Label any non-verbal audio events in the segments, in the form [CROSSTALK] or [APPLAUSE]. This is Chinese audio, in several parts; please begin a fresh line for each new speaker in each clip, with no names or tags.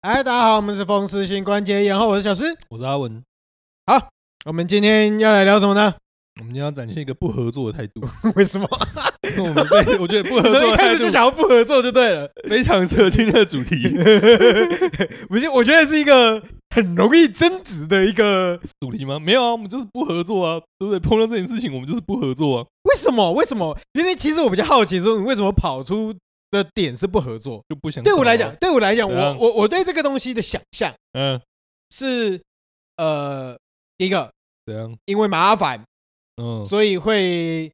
哎，大家好，我们是风湿性关节炎后，我是小诗。
我是阿文，
我们今天要来聊什么呢？ [LAUGHS]
我们今天要展现一个不合作的态度。
为什么？
我们对，我觉得不合作
所 [LAUGHS] 以一
的
开
态
始就
度
想要不合作就对了。
非常适合今天的主题。
不是，我觉得是一个很容易争执的一个。
[LAUGHS] 主题吗？没有啊，我们就是不合作啊，对不对？碰到这件事情，我们就是不合作啊，
为什么？为什么？因为其实我比较好奇，说你为什么跑出的点是不合作？
就不想。啊
对我来讲，，对我来讲，
怎
我
样
我我对这个东西的想象
嗯，
是，呃，第一个
怎样？
因为麻烦，
嗯，
所以会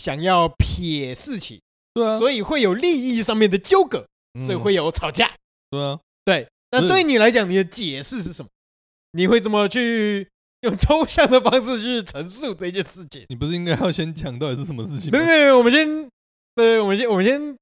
想要撇事情，
对啊，
所以会有利益上面的纠葛，
以
所以会有吵架。
对啊，
对，那
不是
对你来讲，你的解释是什么？你会怎么去用抽象的方式去陈述这件事情？
你不是应该要先讲到底是什么事情
没
吗
有？没有，没有我们先，对，我们先，我们先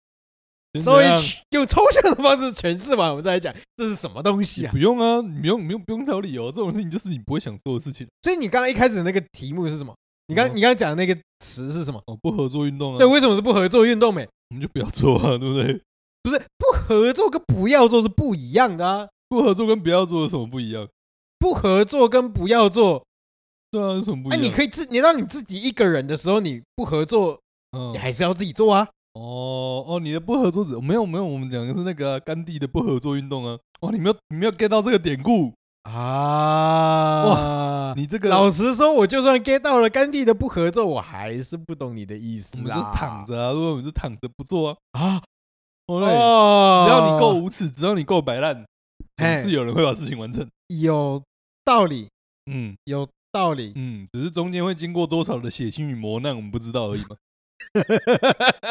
先
稍微
怎样
去用抽象的方式诠释完，我们再来讲这是什么东西
你
啊
不？用啊，你不用，你不用，不用找理由。这种事情就是你不会想做的事情。
所以你刚刚一开始那个题目是什么？你刚
嗯
你刚刚讲的那个词是什么？
哦，不合作运动啊，
对，为什么是不合作运动没？
我们就不要做啊，对不对？
不是不合作跟不要做是不一样的啊！
不合作跟不要做有什么不一样？
不合作跟不要做，
对啊，有什么不一
那、
样？
你可以自你让你自己一个人的时候，你不合作，
嗯
你还是要自己做啊。
哦哦，你的不合作者没有没有，我们讲的是那个啊甘地的不合作运动啊。哇，你没有你没有 get 到这个典故，
啊！
你这个
老实说，我就算 get 到了甘地的不合作，我还是不懂你的意思
我
啊。
们就是躺着啊，如果我们就躺着不做啊，
啊，
对不对
哦
只要你够无耻，只要你够摆烂，总
嘿
是有人会把事情完成。
有道理，
嗯
有道理。
嗯，只是中间会经过多少的血腥与磨难，我们不知道而已
[LAUGHS]
嘛。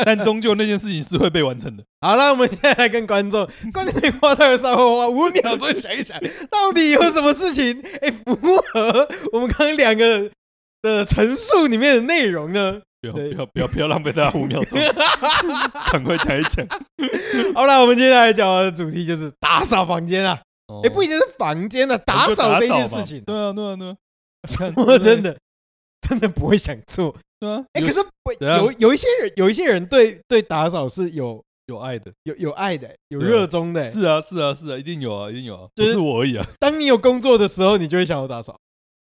但终究那件事情是会被完成的。 [LAUGHS]
好了，我们现在来跟观众，观众听到会稍微花五秒
[LAUGHS]
钟想一想，到底有什么事情哎符合我们刚刚两个的陈述里面的内容呢？
不要不
对
要不要不要浪费大家五
[LAUGHS]
秒钟，赶快讲一讲。
好了，我们接下来讲的主题就是打扫房间啊，
哎
哎，不一定是房间的、打扫这一件事情，
对啊对
[LAUGHS]
啊对啊，你看
我真
的
的真的不会想做。
对啊，
哎、
有
可是不
怎样
有有一些人，有一些人对对打扫是有
有爱的。
有有爱的、有
对啊
热衷的、
是啊，是啊，是啊，一定有啊，一定有啊，
哎就
不
是
是我而已啊，
当你有工作的时候，你就会想要打扫。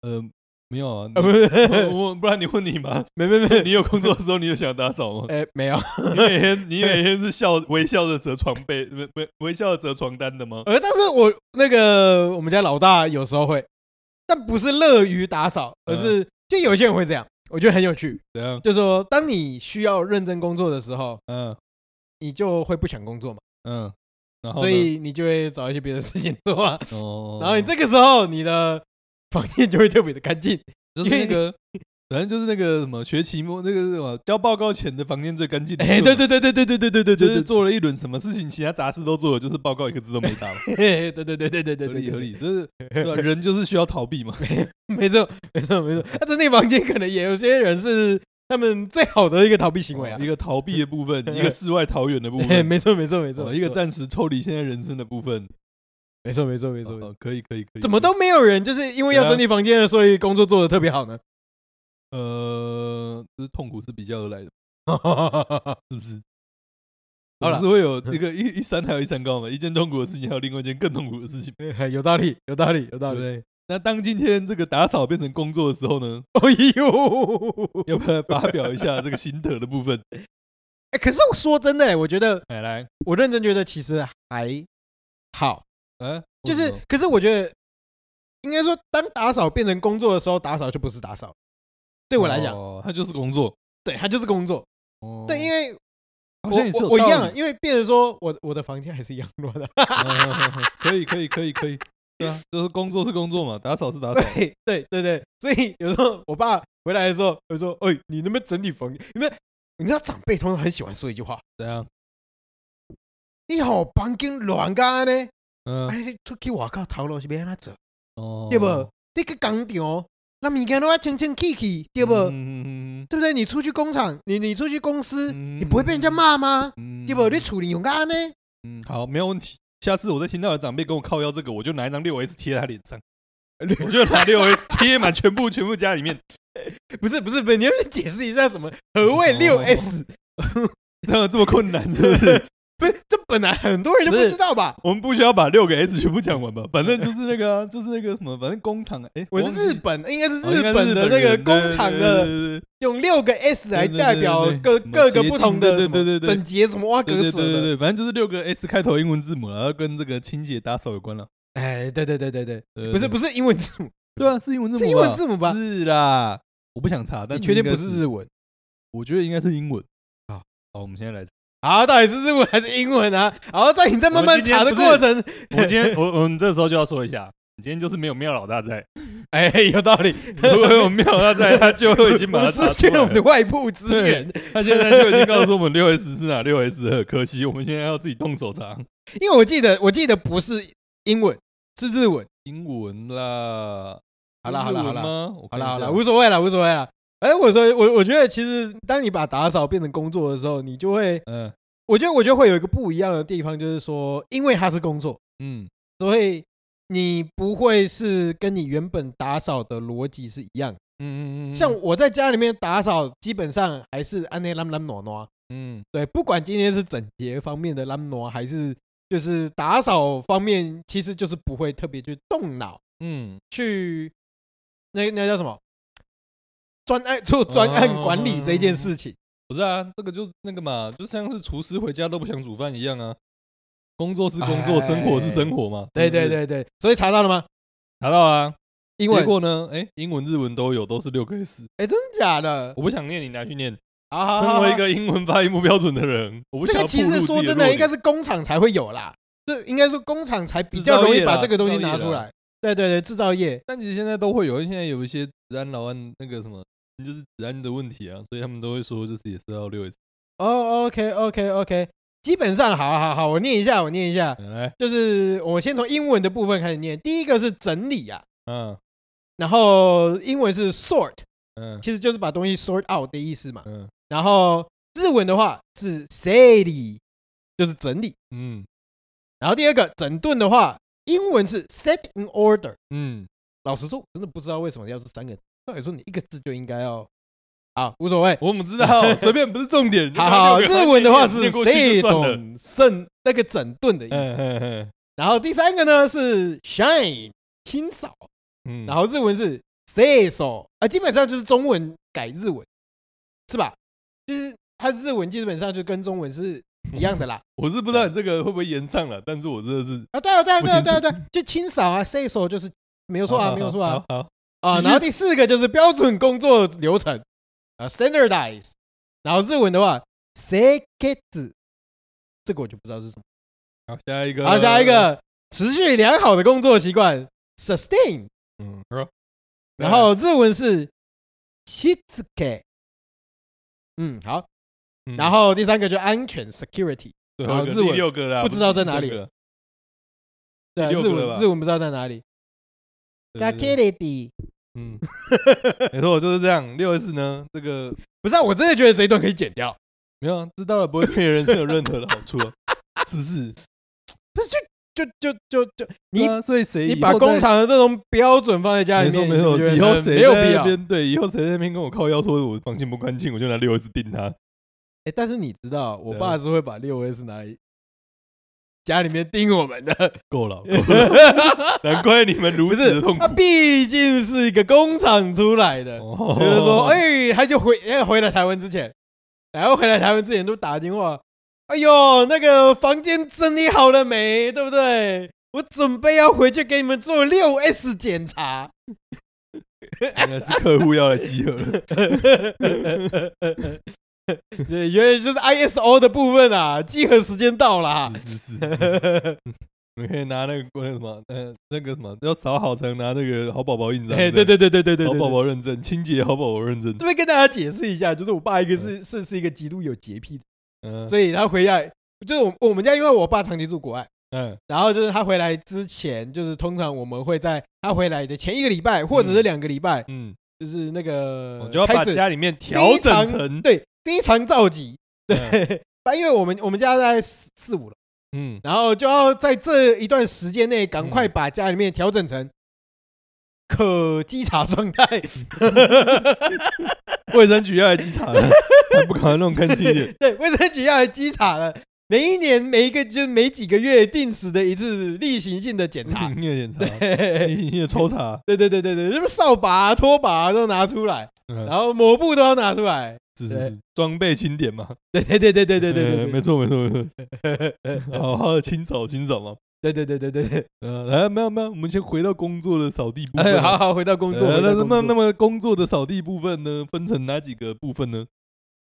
呃，没有
[LAUGHS]
啊，
啊，不
你 [LAUGHS]
是，
我我不然你问
[LAUGHS]
你嘛，
没没没，
你有工作的时候，你有想打扫吗？
[LAUGHS] 哎、没有。
你每天你
[LAUGHS]
每天是笑微笑着折床被，不不微笑着折床单的吗？
呃，但是我那个我们家老大有时候会，但不是乐于打扫，而是就有些人会这样，我觉得很有趣。
怎样？
就说当你需要认真工作的时候，
嗯
你就会不想工作嘛，
嗯，然后呢
所以你就会找一些别的事情做啊。
哦，
然后你这个时候，你的房间就会特别的干净。
就是那个， [LAUGHS] 反正就是那个什么学期末那个什么交报告前的房间最干净的，
哎，对，对对对对对对对对
就是
对
做了一轮什么事情，其他杂事都做了，就是报告一个字都没打嘛，
[LAUGHS] 对，对对对对对对
合
对，
理合理，就是对
[LAUGHS]
吧人就是需要逃避嘛，
没错没错没错。
嗯
但是那个房间可能也有些人是他们最好的一个逃避行为啊
哦一。个逃避的
[LAUGHS]
部分，一个世外桃源的部
嘿 [LAUGHS]
分，
没错没错没
哦
错，
一个暂时抽离现在人生的部分，
没错没错没错没错。
哦，啊可以可以可以，
怎么
可以
都没有人，就是因为要整理房间了，所以工作做的特别好呢？ [LAUGHS]
呃，就是痛苦是比较而来的，是不是？
好
总
啦
是会有一个一一山还有一山高嘛，一件痛苦的事情还有另外一件更痛苦的事
[LAUGHS]
情，
哎有道理，有道理，有道
对不
理。
对？那当今天这个打扫变成工作的时候呢，
[LAUGHS] 哎呦，
[LAUGHS] 要不要来发表一下这个心得的部分？
哎，可是我说真的嘞，我觉得
来来，
我认真觉得其实还好，
啊，
嗯就是
为什么
可是我觉得应该说，当打扫变成工作的时候，打扫就不是打扫。对我来讲，
哦它就是工作，
对它就是工作。对，因
为
为
好
我
像也是
我
有
我一
道
样，
理
因为变成说我我的房间还是一样乱啊的。
嗯可以可以可以可以，对啊，就是工作是工作嘛，打扫是打扫，
[LAUGHS] 对对对对，所以有时候我爸回来的时候，会说：“哎、你能不能整理房间？你们你知道长辈通常很喜欢说一句话：
怎样？
你好房间乱干呢，
嗯
啊，你出去外口头路是要安怎做？
哦，
对不？你去工厂，那物件都要清清气气，对不？
嗯
对不对？你出去工厂，你你出去公司，
嗯
你不会被人家骂吗？
嗯
对不？你处理用干呢？ [LAUGHS]
嗯，好，没有问题。下次我再听到有长辈跟我靠腰这个，我就拿一张六 S 贴在他脸上，我就拿六 S 贴满全部全部家里面，
不是不是不是，你要不要解释一下什么何谓
哦
六 S？
这样这么困难是不是？
不是，这本来很多人就不
不是
知道吧？
我们不需要把六个 S 全部讲完吧？反正就是那个啊、就是那个什么，反正工厂，哎、
我
忘记
日本应该是
哦
日
应该是
本的那个
人
工厂的，
对
用六个 S 来
对对
代表
对
各
对对
各
什
个
么
不
洁
同
净
的
对
什
对
么
对对
整洁什么挖
对
格
对对对
什
对对
的。
对，反正就是六个 S 开头英文字母，然后跟这个清洁打扫有关了。
哎，对对对对对，
对
不是，不是英文字母，
对啊，是英文字母吧，
是英文字母吧
是啦，我不想查，但
你确定不
应
是
该
日
是？
文？
我觉得应该是英文。
好，
好，我们现在来查。
啊，到底是日文还是英文啊？然后在你在慢慢查的过程，
我们今天，我我们这时候就要说一下，今天就是没有妙老大在，
哎，有道理。
如果有妙老大在，他就会已经
我
把它
们
查
失
出
去
来
了我们的
了。
外部资源，
他现在就已经告诉我们六 S 是哪六 S 了，可惜我们现在要自己动手查
因为我记得，我记得不是英文，是日文。
英文啦。
好啦好啦好啦
日文吗
好了好了，无所谓了，无所谓了。哎，我说我我觉得其实当你把打扫变成工作的时候，你就会，
嗯
我觉得我觉得会有一个不一样的地方，就是说，因为它是工作，
嗯，
所以你不会是跟你原本打扫的逻辑是一样的。
嗯嗯嗯，
像我在家里面打扫，基本上还是按那啷啷挪挪，啊
嗯
对，不管今天是整洁方面的啷挪，还是就是打扫方面，其实就是不会特别去动脑
嗯
去那那叫什么专案做专
哦
案管理这件事情。
不是啊，这个就那个嘛，就像是厨师回家都不想煮饭一样啊。工作是工作，
哎
生活是生活嘛。
对
是不
对
是，
对对，所以查到了吗？
查到啊。
英
结
文？
果呢？哎，英文、日文都有，都是六个 S。
哎，真的假的？
我不想念，你拿去念。
好好好
身
好
为一个英文发音不标准的人，我不
这
想
个
要
其实
暴露
说
自己
真的，
弱
应该
点
是工厂才会有啦，这应该说工厂才比较容易把这个东西拿出来。对对对，制造业
但其实现在都会有，因为现在有一些治安老安那个什么，就是治安的问题啊，所以他们都会说，就是也是要六 S。
哦，OK OK OK，基本上好好好，我念一下，我念一下，
来，
就是我先从英文的部分开始念，第一个是整理啊，
嗯
然后英文是 sort，
嗯
其实就是把东西 sort out 的意思嘛。
嗯
然后日文的话是 seri，就是整理。
嗯
然后第二个整顿的话，英文是 set in order。
嗯，
老实说，我真的不知道为什么要这三个字。照理说，你一个字就应该要啊，无所谓。
我怎么知道？随便不是重点。
好好，日文的话是
念过去
set
就算了。
on 剩那个整顿的意
嗯
思。
嗯嗯
然后第三个呢是 shine 清扫，
嗯，
然后日文是 say so 啊，基本上就是中文改日文，是吧？就是它日文基本上就跟中文是一样的啦。
我是不知道你这个会不会延上了，但是我真的是
啊，对啊，对啊，
[LAUGHS] 不
对啊，
清
对啊，
楚
对啊，就清扫啊，say so 就是没有错啊，没有错啊。。
好好好，
啊，
你
然后
是
第四个就是标准工作流程啊，standardize。然后日文的话 s e k e t 这个我就不知道是什么。
好下一个，
好，下一，个持续良好的工作习惯 sustain。
嗯，
然后日文是 shitsuke。嗯，好。然后第三个就安全 security。
然
然后日文
第六个啦，
不知道在哪里
不是
对啊，
第
日
六个了
文
吧
日文不知道在哪里。
第六个。对对对
security。
嗯， [LAUGHS] 没错，就是这样。六 S 呢，这个
不是啊，我真的觉得这一段可以剪掉。
没有啊，知道了不会对人生有任何的好
[LAUGHS]
处啊，是不是？
不是就就就就就你
对啊所以谁
你
以
把
后
工
在
厂的这种标准放在家
没
里
错
面，
没错，
你就觉得
以后
很
谁
没有
在
必
那
要？哎、
边对，以后谁在那边跟我靠腰说我房间不干净，我就拿六 S 定他。
哎但是你知道，我
对
爸是会把六 S 拿来家里面盯我们的，[LAUGHS]
够了，够了，难怪你们如
不
此
是
的痛？苦
他。毕竟是一个工厂出来的，
哦
[LAUGHS] 就是说，哎、他就回，哎，回来台湾之前，然后回来台湾之前都打电话，哎呦，那个房间整理好了没？对不对？我准备要回去给你们做六 S 检查。
原来是客户要来集合了。
对，原来就是 ISO 的部分啊，集合时间到了啊。
是是是是，你可以拿那个那个什么，呃，那个什么，要扫好成拿那个好宝宝印章。
哎，
不
对对对对对对
好
对
哦宝
对。
宝认证，清洁好宝宝认证。
这边跟大家解释一下，就是我爸一个是是是一个极度有洁癖的，
嗯，
所以他回来就是我我们家，因为我爸长期住国外，
嗯
然后就是他回来之前，就是通常我们会在他回来的前一个礼拜或者是两个礼拜，
嗯，哦
就是那个
我就要把
呃开始
家里面调
非
整
常 [LAUGHS]
成，
对非常着急，
嗯
对， [LAUGHS] 反正因为我们我们家在四四五楼。
嗯，
然后就要在这一段时间内赶快把家里面调整成可稽查状态。
卫生局要来稽查了，还不赶快弄干净一点？
对，卫生局要来稽查了。每一年每一个就是每几个月定时的一次例行性的 [LAUGHS] 检查。
你也
[LAUGHS]
检查，你也抽查，
对对对对对，什么扫把、啊、拖把、啊、都拿出来，
然
[LAUGHS] 然后抹布都要拿出来。
只
对
是装备清点嘛。
对对对对对对对
呃
对，
没错没错没错，好好的清扫清扫嘛。
对对对对对对。
呃，来，没有没有，我们先回到工作的扫地部
哎，
分。
好好回到工作。
呃
回到
那
工
那
作
那么工作的扫地部分呢，分成哪几个部分呢？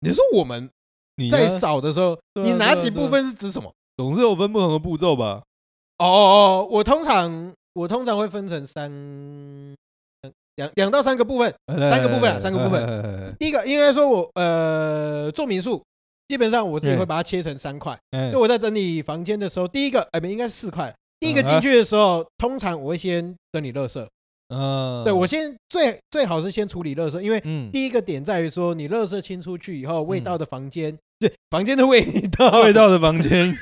你说我们
你
在
呢
扫的时候，
对啊
你哪
对啊
几
对啊
部分是指什么？
总是有分不同的步骤吧？
哦哦，哦，我通常我通常会分成三三两两到三个部分。三
三
个部分啊三个部分
分。
第一个应该说我呃做民宿，基本上我自己
嗯
会把它切成三块。
哎
就我在整理房间的时候，第一个哎没应该是四块。第一个
嗯哼
进去的时候，通常我会先整理垃圾。
嗯，
对我先最最好是先处理垃圾，因为
嗯，
第一个点在于说你垃圾清出去以后，味道的房间。对房间的味道，
嗯味道的房间，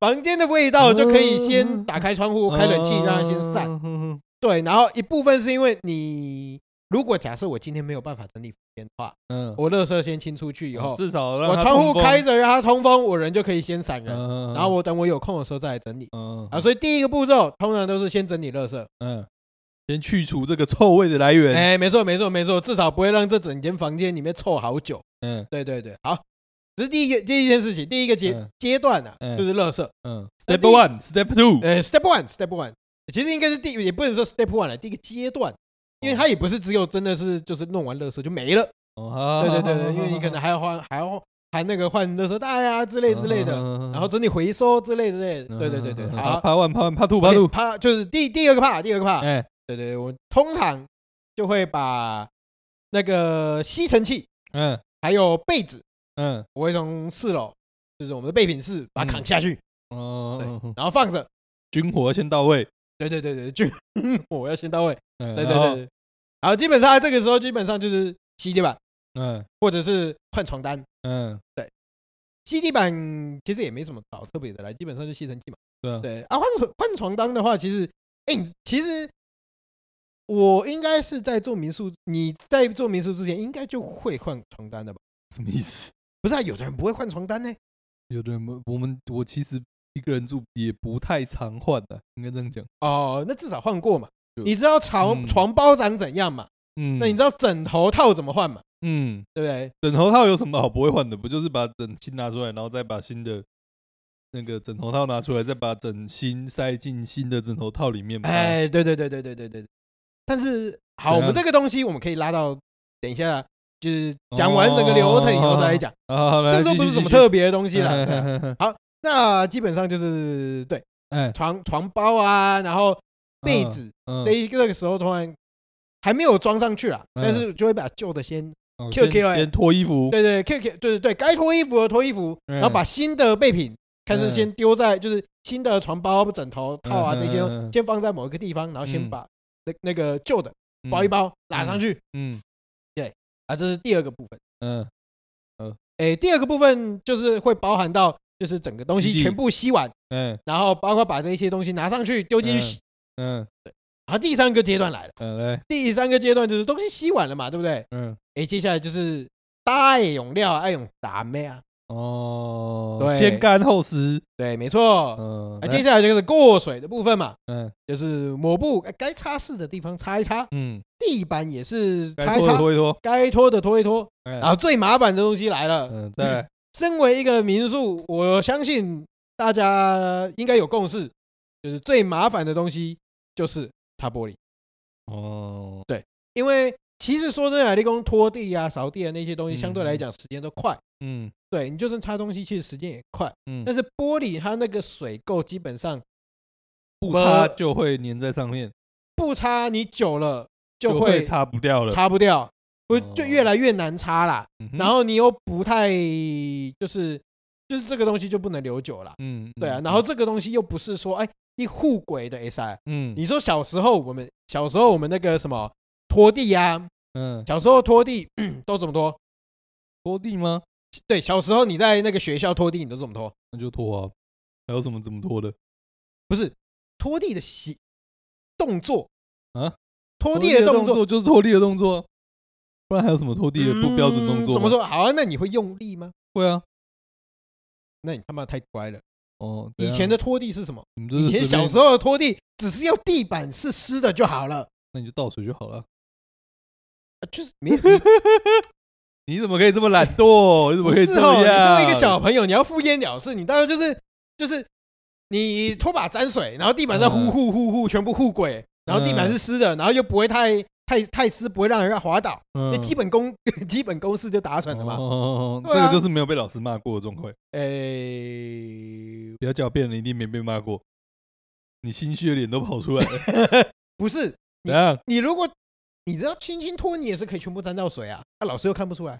房间的味道就可以先
嗯
打开窗 [LAUGHS] 户开冷气，让它先散。
嗯。嗯
对，然后一部分是因为你如果假设我今天没有办法整理房间的话，
嗯，
我垃圾先清出去以后，
至少哦让
我
它
窗户
通风
开，着让它通风，我人就可以先闪人，
嗯
然后我等我有空的时候再来整理
嗯
啊。所以第一个步骤通常都是先整理垃圾。
嗯，先去除这个臭味的来源。
哎，没错没错没错，至少不会让这整间房间里面臭好久。
嗯
对对对，好，这是第一个第一件事情，第一个阶
嗯
阶段啊，
嗯
就是垃圾。
嗯
那
，Step
第一
One，Step Two，
呃，step one，step one，其实应该是第，也不能说 step one 了，第一个阶段，因为它也不是只有真的是就是弄完垃圾就没了。 [LAUGHS]
哦
对对对对，因为你可能还要换，还要还那个换垃圾袋啊之类之类的，
的
然后整理回收之类之类的。对对对对，嗯好，
怕万怕万怕吐怕
对
吐，
怕就是第第二个怕，第二个怕，
哎
对对对，我通常就会把那个吸尘器
嗯
还有被子，
嗯
我会从四楼，就是我们的备品室把它扛下去，
哦，
然后放着。
军火先到位，
对对对对，就 [LAUGHS] 我要先到位。
对
对对对，对，好，基本上这个时候基本上就是吸地板
嗯
或者是换床单。
嗯
吸地板其实也没什么搞特别的来，基本上就吸尘器嘛。
对啊
对啊，换床换床单的话，其实，哎、你其实我应该是在做民宿，你在做民宿之前应该就会换床单的吧？
什么意思？
不是啊，有的人不会换床单呢、
有的人不我们我其实一个人住也不太常换的，应该这样讲。
哦，那至少换过嘛。
就
你知道床、
嗯
床包长怎样嘛？
嗯，
那你知道枕头套怎么换嘛？
嗯，
对不对？
枕头套有什么好不会换的？不就是把枕芯拿出来，然后再把新的那个枕头套拿出来，再把枕芯塞进新的枕头套里面吗？
哎，对对对对对对对。但是好，
怎
我们
样
这个东西我们可以拉到等一下，就是
哦
讲完整个流程以后再来讲。
啊，好来
这都不是
继续
什么
继续
特别的东西
[LAUGHS]
啦。对啊
哎
那基本上就是对
哎，
床床包啊，然后被子，
嗯
那一个那个时候突然还没有装上去啦，
嗯
但是就会把旧的先
哦
Q Q
先
哎
先脱衣服，
对对 Q Q 就是对该脱衣服的脱衣服，
嗯
然后把新的备品开始
嗯
先丢在就是新的床包、枕头套啊
嗯
这些
嗯嗯嗯
先放在某一个地方，然后先
嗯
把那那个旧的
嗯
包一，包拉上去
嗯
啊，这是第二个部分。
嗯，
诶，第二个部分就是会包含到就是整个东西
吸地
全部吸完，
哎
然后包括把这些东西拿上去丢进去洗。
嗯
然后第三个阶段来了，
嗯，来，
第三个阶段就是东西吸完了嘛，对不对？
嗯
诶，接下来就是大爱用料啊，爱用杂妹啊，
哦，
对
先干后湿，
对，没错。
嗯，
啊，
来
接下来就是过水的部分嘛，
嗯
就是抹布哎该擦拭的地方擦一擦，
嗯，
地板也是
该
擦一
脱的
擦，
脱一脱，
该拖的拖一拖。
然
然后最麻烦的东西来了，
嗯，再来，
身为一个民宿，我相信大家应该有共识，就是最麻烦的东西就是擦玻璃。
哦，
因为其实说真的，立功拖地啊、扫地啊那些东西，相对来讲时间都快。
嗯
对你就算擦东西，其实时间也快。
嗯
但，是玻璃它那个水垢，基本上
不
不
擦就会粘在上面，
不擦你久了就
就
会
会擦不掉了，
擦不掉，不
哦
就越来越难擦啦。
嗯哼
然后你又不太就是就是这个东西就不能留久啦。
嗯，
对啊，
嗯
然后，这个东西又不是说哎一护鬼的 S I。
嗯
你说小时候我们小时候我们那个什么拖地啊，
嗯，
小时候拖地 [CLEARS THROAT] 都怎么拖？
拖地吗？
对，小时候你在那个学校拖地，你都怎么拖？
那就拖啊，还有什么怎么拖的？
不是拖地的习动作
啊，
拖地的动作
作就是拖地的动作啊，不然还有什么拖地的不标准动
嗯
作？
怎么？说？好啊，那你会用力吗？
会啊，
那你他妈太乖了。
哦，
以前的拖地是什么？
你们
以前小时
候，
候的拖地只是要地板是湿的就好了，
那你就倒水就好了。
啊就是
[LAUGHS]
没有。
你怎么可以这么懒惰？你怎么
不
可以
是
这
哦，你
样？
作为一个小朋友，你要敷衍了事，你当然就是就是你拖把沾水，然后地板上呼
嗯
呼呼呼全部护轨，然后地板
嗯
是湿的，然后又不会太太太湿，不会让人滑倒，
嗯，
那基本公 [LAUGHS] 基本公式就达成了嘛。
哦，这
对啊
个就是没有被老师骂过的状况。
诶，
不要狡辩了，你一定没被骂过。你心虚的脸都跑出
[LAUGHS]
来了，
不是，
怎样？
你如果你只要轻轻拖，你也是可以全部沾到水啊，那老师又看不出来，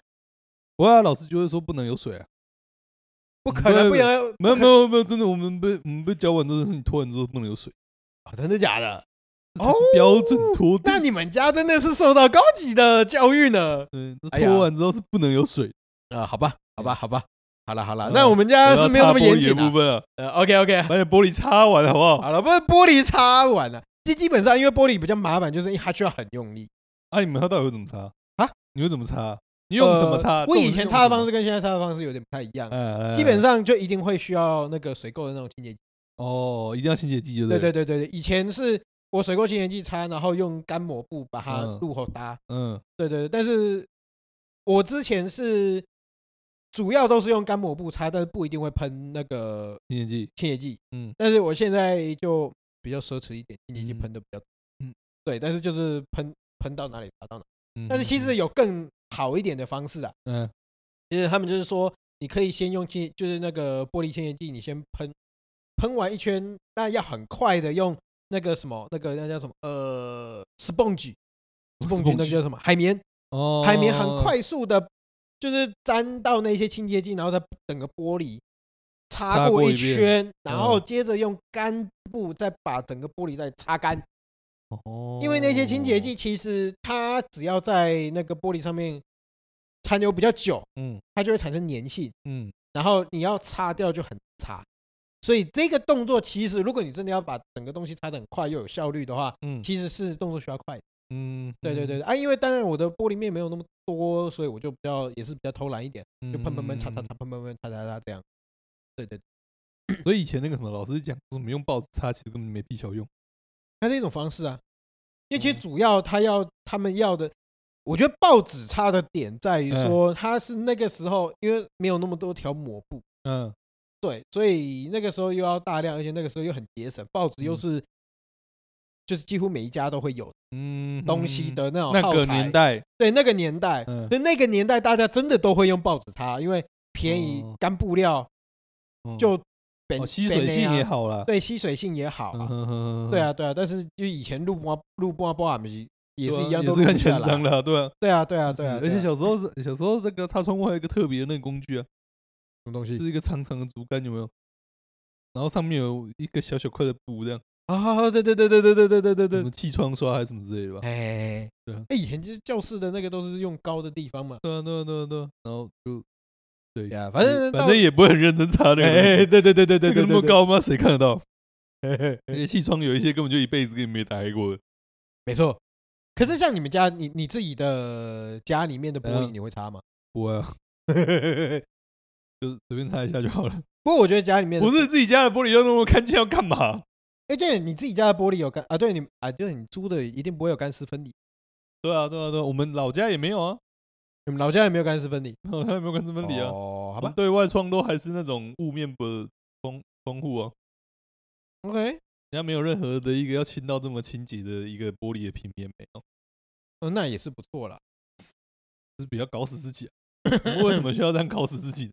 不会啊，老师就会说不能
[LAUGHS]
有水啊。
不可能，
不
不
是
然
没
不
有没
可
有没有，真的，我们被我们被教完都是你拖完之后不能有水，
哦真的假的？
嗯这才是标准拖
哦
地。
那你哎们家真的是受到高级的教育呢。
对，这
哎呀
拖完之后是不能有水。
啊，好吧，好吧，好吧，好了好了，
嗯
那我们家啊
我
是
要
没有那
擦
么
玻
严
璃的
谨
部
的。
分了，
呃，OK OK，
把你玻璃擦完好不
[LAUGHS]
好？
好了，不是玻璃擦完了，基基本上因为玻璃比较麻烦，就是它需要很用力。
啊，你们到底会怎么擦
啊？
你会怎么擦？你用什么擦？
呃我以前擦的方
式，
式跟现在擦的方式有点不太一样，
哎
基本上就一定会需要那个水垢的那种清洁剂。
哦，一定要清洁剂，就
对
对
对对对对，以前是我水垢清洁剂擦，然后用干抹布把它
嗯
入口搭。
嗯，
对对对，但是我之前是主要都是用干抹布擦，但是不一定会喷那个
清洁剂，
清洁剂，
嗯，
但是我现在就比较奢侈一点，清洁剂
嗯
喷的比较，
嗯，
对，但是就是喷喷到哪里擦到哪里。
嗯
但是其实，有更好一点的方式啊，
嗯
其实他们就是说，你可以先用清，就是那个玻璃清洁剂，你先喷，喷完一圈，那要很快的用那个什么，那个那叫什么，呃，sponge，sponge 那个叫什么海绵，
哦，
海绵很，快速的，就是沾到那些清洁剂，然后再整个玻璃擦
擦过
一
一遍哦
圈，然后接着用干布再把整个玻璃再擦干。
哦，
因为那些清洁剂，其实它只要在那个玻璃上面残留比较久，
嗯
它就会产生粘性，
嗯，
然后你要擦掉就很难擦。所以这个动作其实，如果你真的要把整个东西擦得很快又有效率的话，
嗯
其实是动作需要快的。
嗯，
对对对啊，因为当然我的玻璃面没有那么多，所以我就比较也是比较偷懒一点。
嗯，
就
就
喷喷喷、擦擦擦、喷喷喷、擦擦擦这样。对对，对
所以以前那个什么老师讲说什么用报纸擦，其实根本没屁效用。
它是一种方式啊。因为其实
嗯
主要他要他们要的，我觉得报纸擦的点在于
嗯
说，它是那个时候因为没有那么多条抹布，
嗯，
对，所以那个时候又要大量，而且那个时候又很节省，报纸又
嗯
是就是几乎每一家都会有
嗯，
东西的那种
那
耗
个
材
年，代，
对那个年代，
嗯
所以那个年代大家真的都会用报纸擦，因为便宜
哦
干布料
嗯
就本
哦吸水性也，好
本
啦，
来啊对吸水性也好啊
嗯，哼哼
对，
哼
啊，对啊，但是就以前录播录播播俺们也
对
是
啊
一样，
也
都
是
录
看
不下
全
来
伤。的啊，对啊，
对啊，对啊，
是
对啊，
而且
什
小时候是小时候这个擦窗户还有一个特别的那个工具啊，
么东西
就是一个长长的竹竿，有没有？然后上面有一个小小块的布，这样
啊？对对对对对对对对对
什
对
么，气窗刷还是什么之类的吧？
哎，
对啊
哎，以前就是教室的那个都是用高的地方嘛，
[LAUGHS] 对啊，对啊，对啊，对啊。然后就对
对，啊，反正
反
到
正也不会很认真 [LAUGHS] 擦那个东
哎，
西，
对对对对对
那
对
个那么
对，
高吗？谁看得到？
对，
而且气窗有一些根本就一辈子跟你没打开过的，
没错。可是像你们家，你你自己的家里面的玻璃，
嗯
你会擦吗？
不会啊， [LAUGHS] 就随便擦一下就好 [LAUGHS] 了。
不过我觉得家里面的
不是自己家的玻璃要那么干净要干嘛？
哎，对，你自己家的玻璃有干啊？对，你啊，就是你租的一定不会有干湿分离，
[LAUGHS] 对啊，对啊，对啊，我们老家也没有啊，
你们老家也没有干湿分离，
老家也没有干这么理啊。
哦，好
我
吧
们。对外窗都还是那种雾面的窗窗户啊，
OK，
人家没有任何的一个要清到这么清洁的一个玻璃的平面没有，
哦，那也是不错啦。
就是比较搞死自己、啊。我们为什么需要这样搞死自己？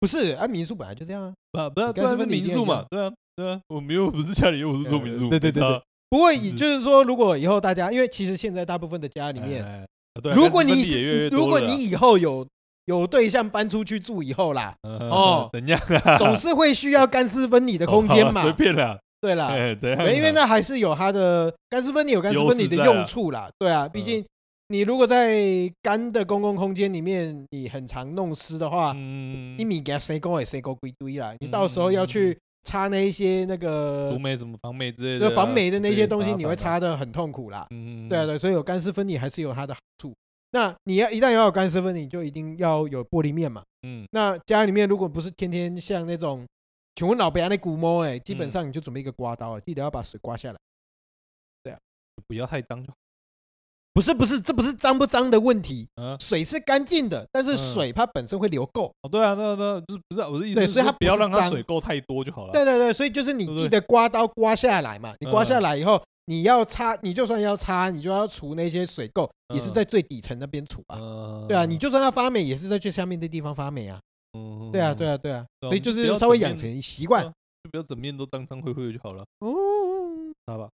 不是啊，民宿本来就这样啊。
不，不要，
你
不
干脆
然是
分离
民
店
宿
一
嘛
样，
对啊，对啊，我们又不是家里又不是住民宿，
呃对对
没
对
差
对不过也
是
就是说，如果以后大家，因为其实现在大部分的家里面，
哎啊对啊
如果
干湿
你
分离也越来越多
如果
了啊
你以后有有对象搬出去住以后
[LAUGHS]
啦，
呃
哦
怎样啊，
总是会需要干湿分离
[LAUGHS]
的
的
空间嘛
哦啊随。便啦，
对啦，
哎， [LAUGHS] 怎样啊？
对因为那还是有它的干湿分离有干湿分离的用处啦。对啊，
嗯
毕竟你如果在干的公共空间里面，你很常弄湿的话，
嗯，
一米给它塞沟也塞沟归堆啦。你到时候要
嗯
去擦那一些那个
毒美什么防美之类的
就
啊，
防霉的那
对
些东西，你会，
麻烦啊
擦的很痛苦啦。啊
嗯，
对啊，对，所以有干湿分离还是有它的好处。那你要一旦要有干湿分离，你就一定要有玻璃面嘛。
嗯，
那家里面如果不是天天像那种，请问老白那古猫哎，基本
嗯
上你就准备一个刮刀了，记得要把水刮下来。
不要太脏就好。
不是不是，这不是脏不脏的问题，
嗯，
水是干净的，但是
嗯
水它本身会流垢。
哦，对啊，对啊，对啊，就是不是啊我的意思
对
是
所以它不
说不要
是
让它
脏
水垢太多就好了。
对对对，所以就是你
对不
记
对
得刮刀刮下来嘛，你刮下
嗯
来以后，你要擦，你就算要擦，你就要除那些水垢，也是
嗯
在最底层那边除啊。
嗯，
对啊，你就算要发霉，也是在最下面的地方发霉啊。
嗯
对啊，对
啊，
啊，对啊，
对啊
所以
我们
就
就不
是
要
稍微
整
养
天
成习惯
对啊就不要整面都脏脏灰灰的就好了，
哦。
知嗯道吧？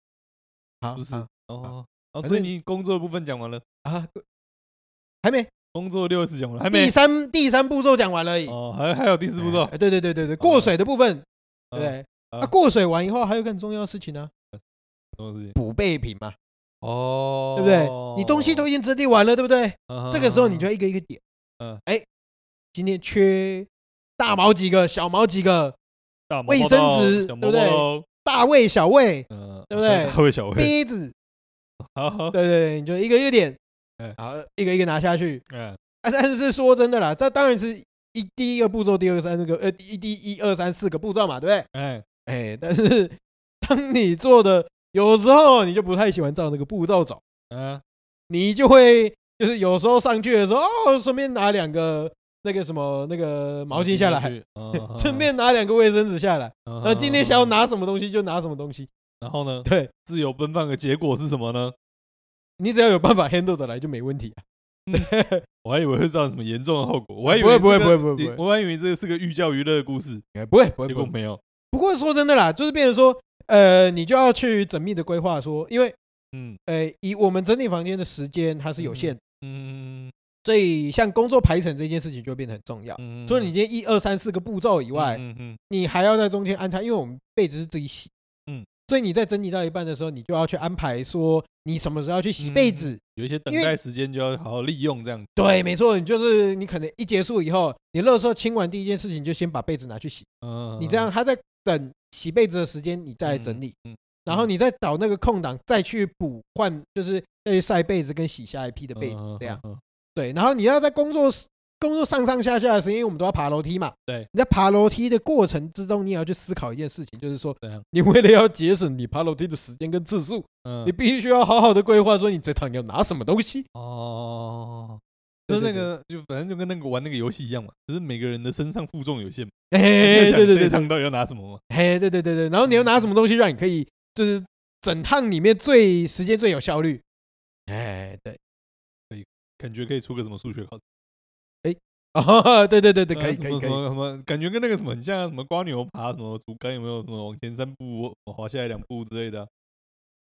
好，
不是
好
哦，哦，
啊反
所以
正
你工作的部分讲完了，
啊，还没，
工作六十讲完了，还没
第三第三步骤讲完了而已。
哦，还还有第四步骤
哎，对对对对对，过水的部分，对不
嗯
对？
啊
啊，过水完以后还有更重要的事情呢，
什么事情？
补备品嘛，
哦，
哎对不对？你东西都已经整理完了，对不对？这个时候你就一个一个点，
嗯
嗯，哎，今天缺大毛几个，小毛几个，
大毛
卫
毛
生
刀
纸对
小毛
不
毛
对
刀
大卫、小卫、
嗯，
对不
[LAUGHS]
对
大卫小卫，
杯子，
好好，
对对对，你就一个一个点
哎，
好，一个一个拿下去。
嗯，
啊，但是说真的啦，这当然是一第一个步骤，第二个三个，呃，一第一二三四个步骤嘛，对不对？
哎，
哎，但是当你做的有时候你就不太喜欢照那个步骤走，
嗯，
你就会就是有时候上去的时候，哦，顺便拿两个那个什么那个毛巾下来，
去，嗯
[LAUGHS] 顺，便拿两个卫生纸下来，
然
然后今天
嗯
想要，拿什么东西就拿什么东西，
然后呢，
对
自由奔放的结果是什么呢？
你只要有办法 handle 得来就没问题啊。 [LAUGHS]
我还以为会造成什么严重的后果，嗯我还以
不
为
会不会
这
不会不会
个你
不会
我还以为这个是个寓教于乐的故事，
哎不会不会
结
不
果
会。
没有。
不过说真的啦，就是变成说，呃，你就要去缜密的规划说，因为
嗯
呃，以我们整理房间的时间它是有限的，
嗯
所以像工作排程这件事情就会变得很重要。
嗯，
除了你今天一二三四个步骤以
以
外，
嗯嗯
你还要在中间安插，因为我们被子是自己洗，
嗯，
所以你在整理到一半的时候，你就要去安排说你什么时候要去洗被子。
有一些等
因为
待时间就要好好利用，这样
对，没错，你就是你可能一结束以后，你垃圾清完第一件事情就先把被子拿去洗，
嗯，
你这样他在等洗被子的时间，你再来整理，
嗯，嗯，
然后你再找那个空档再去补换，就是再去晒被子跟洗下一批的被子
嗯
这样。，
嗯嗯嗯
对，然后你要在工作时工作上上下下的时间，因为我们都要爬楼梯嘛。
对，
你在爬楼梯的过程之中，你也要去思考一件事情，就是说
怎样，
你为了要节省你爬楼梯的时间跟次数，
嗯
你必须要好好的规划，说你这趟要拿什么东
[LAUGHS]
西。
哦，就
对
是那
对对
个，就反正就跟那个玩那个游戏一样嘛，就是每个人的身上负重有限嘛，
哎，
你就想
对对
这一
对
趟嗯
对，
到底要拿什么嘛？
哎，对对对对，然后你要拿什么东西让你可以就是整趟里面最时间最有效率。哎，对，
感觉可以出个什么数学考试，
哦，对对对对，
呃
可以
什
可以
么
可
什
以，
么什么，感觉跟那个什么很像啊，什么瓜牛爬什么竹竿有没有什么往前三步滑下来两步之类的啊，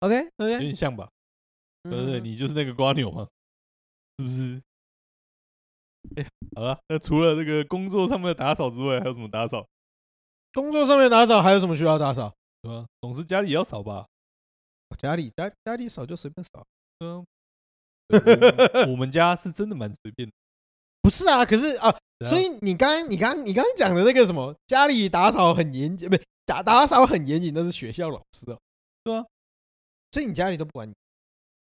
，OK
有
OK，
点像吧？
嗯
对不对？你就是那个瓜牛嘛，是不是？ [LAUGHS] 哎，好了，那除了这个工作上面的打扫之外，还有什么打扫？
工作上面打扫还有什么需要打扫？哦
对吧？总之家里也要扫吧？
家里家家里扫就随便扫。
对啊我我们家是真的蛮随便的。
不是啊，可是啊，
怎
所
样
以你刚刚你刚刚你刚刚讲的那个什么，家里打扫很严谨，不是打打扫很严谨，那是学校老师哦。
对啊，
所以你家里都不管你，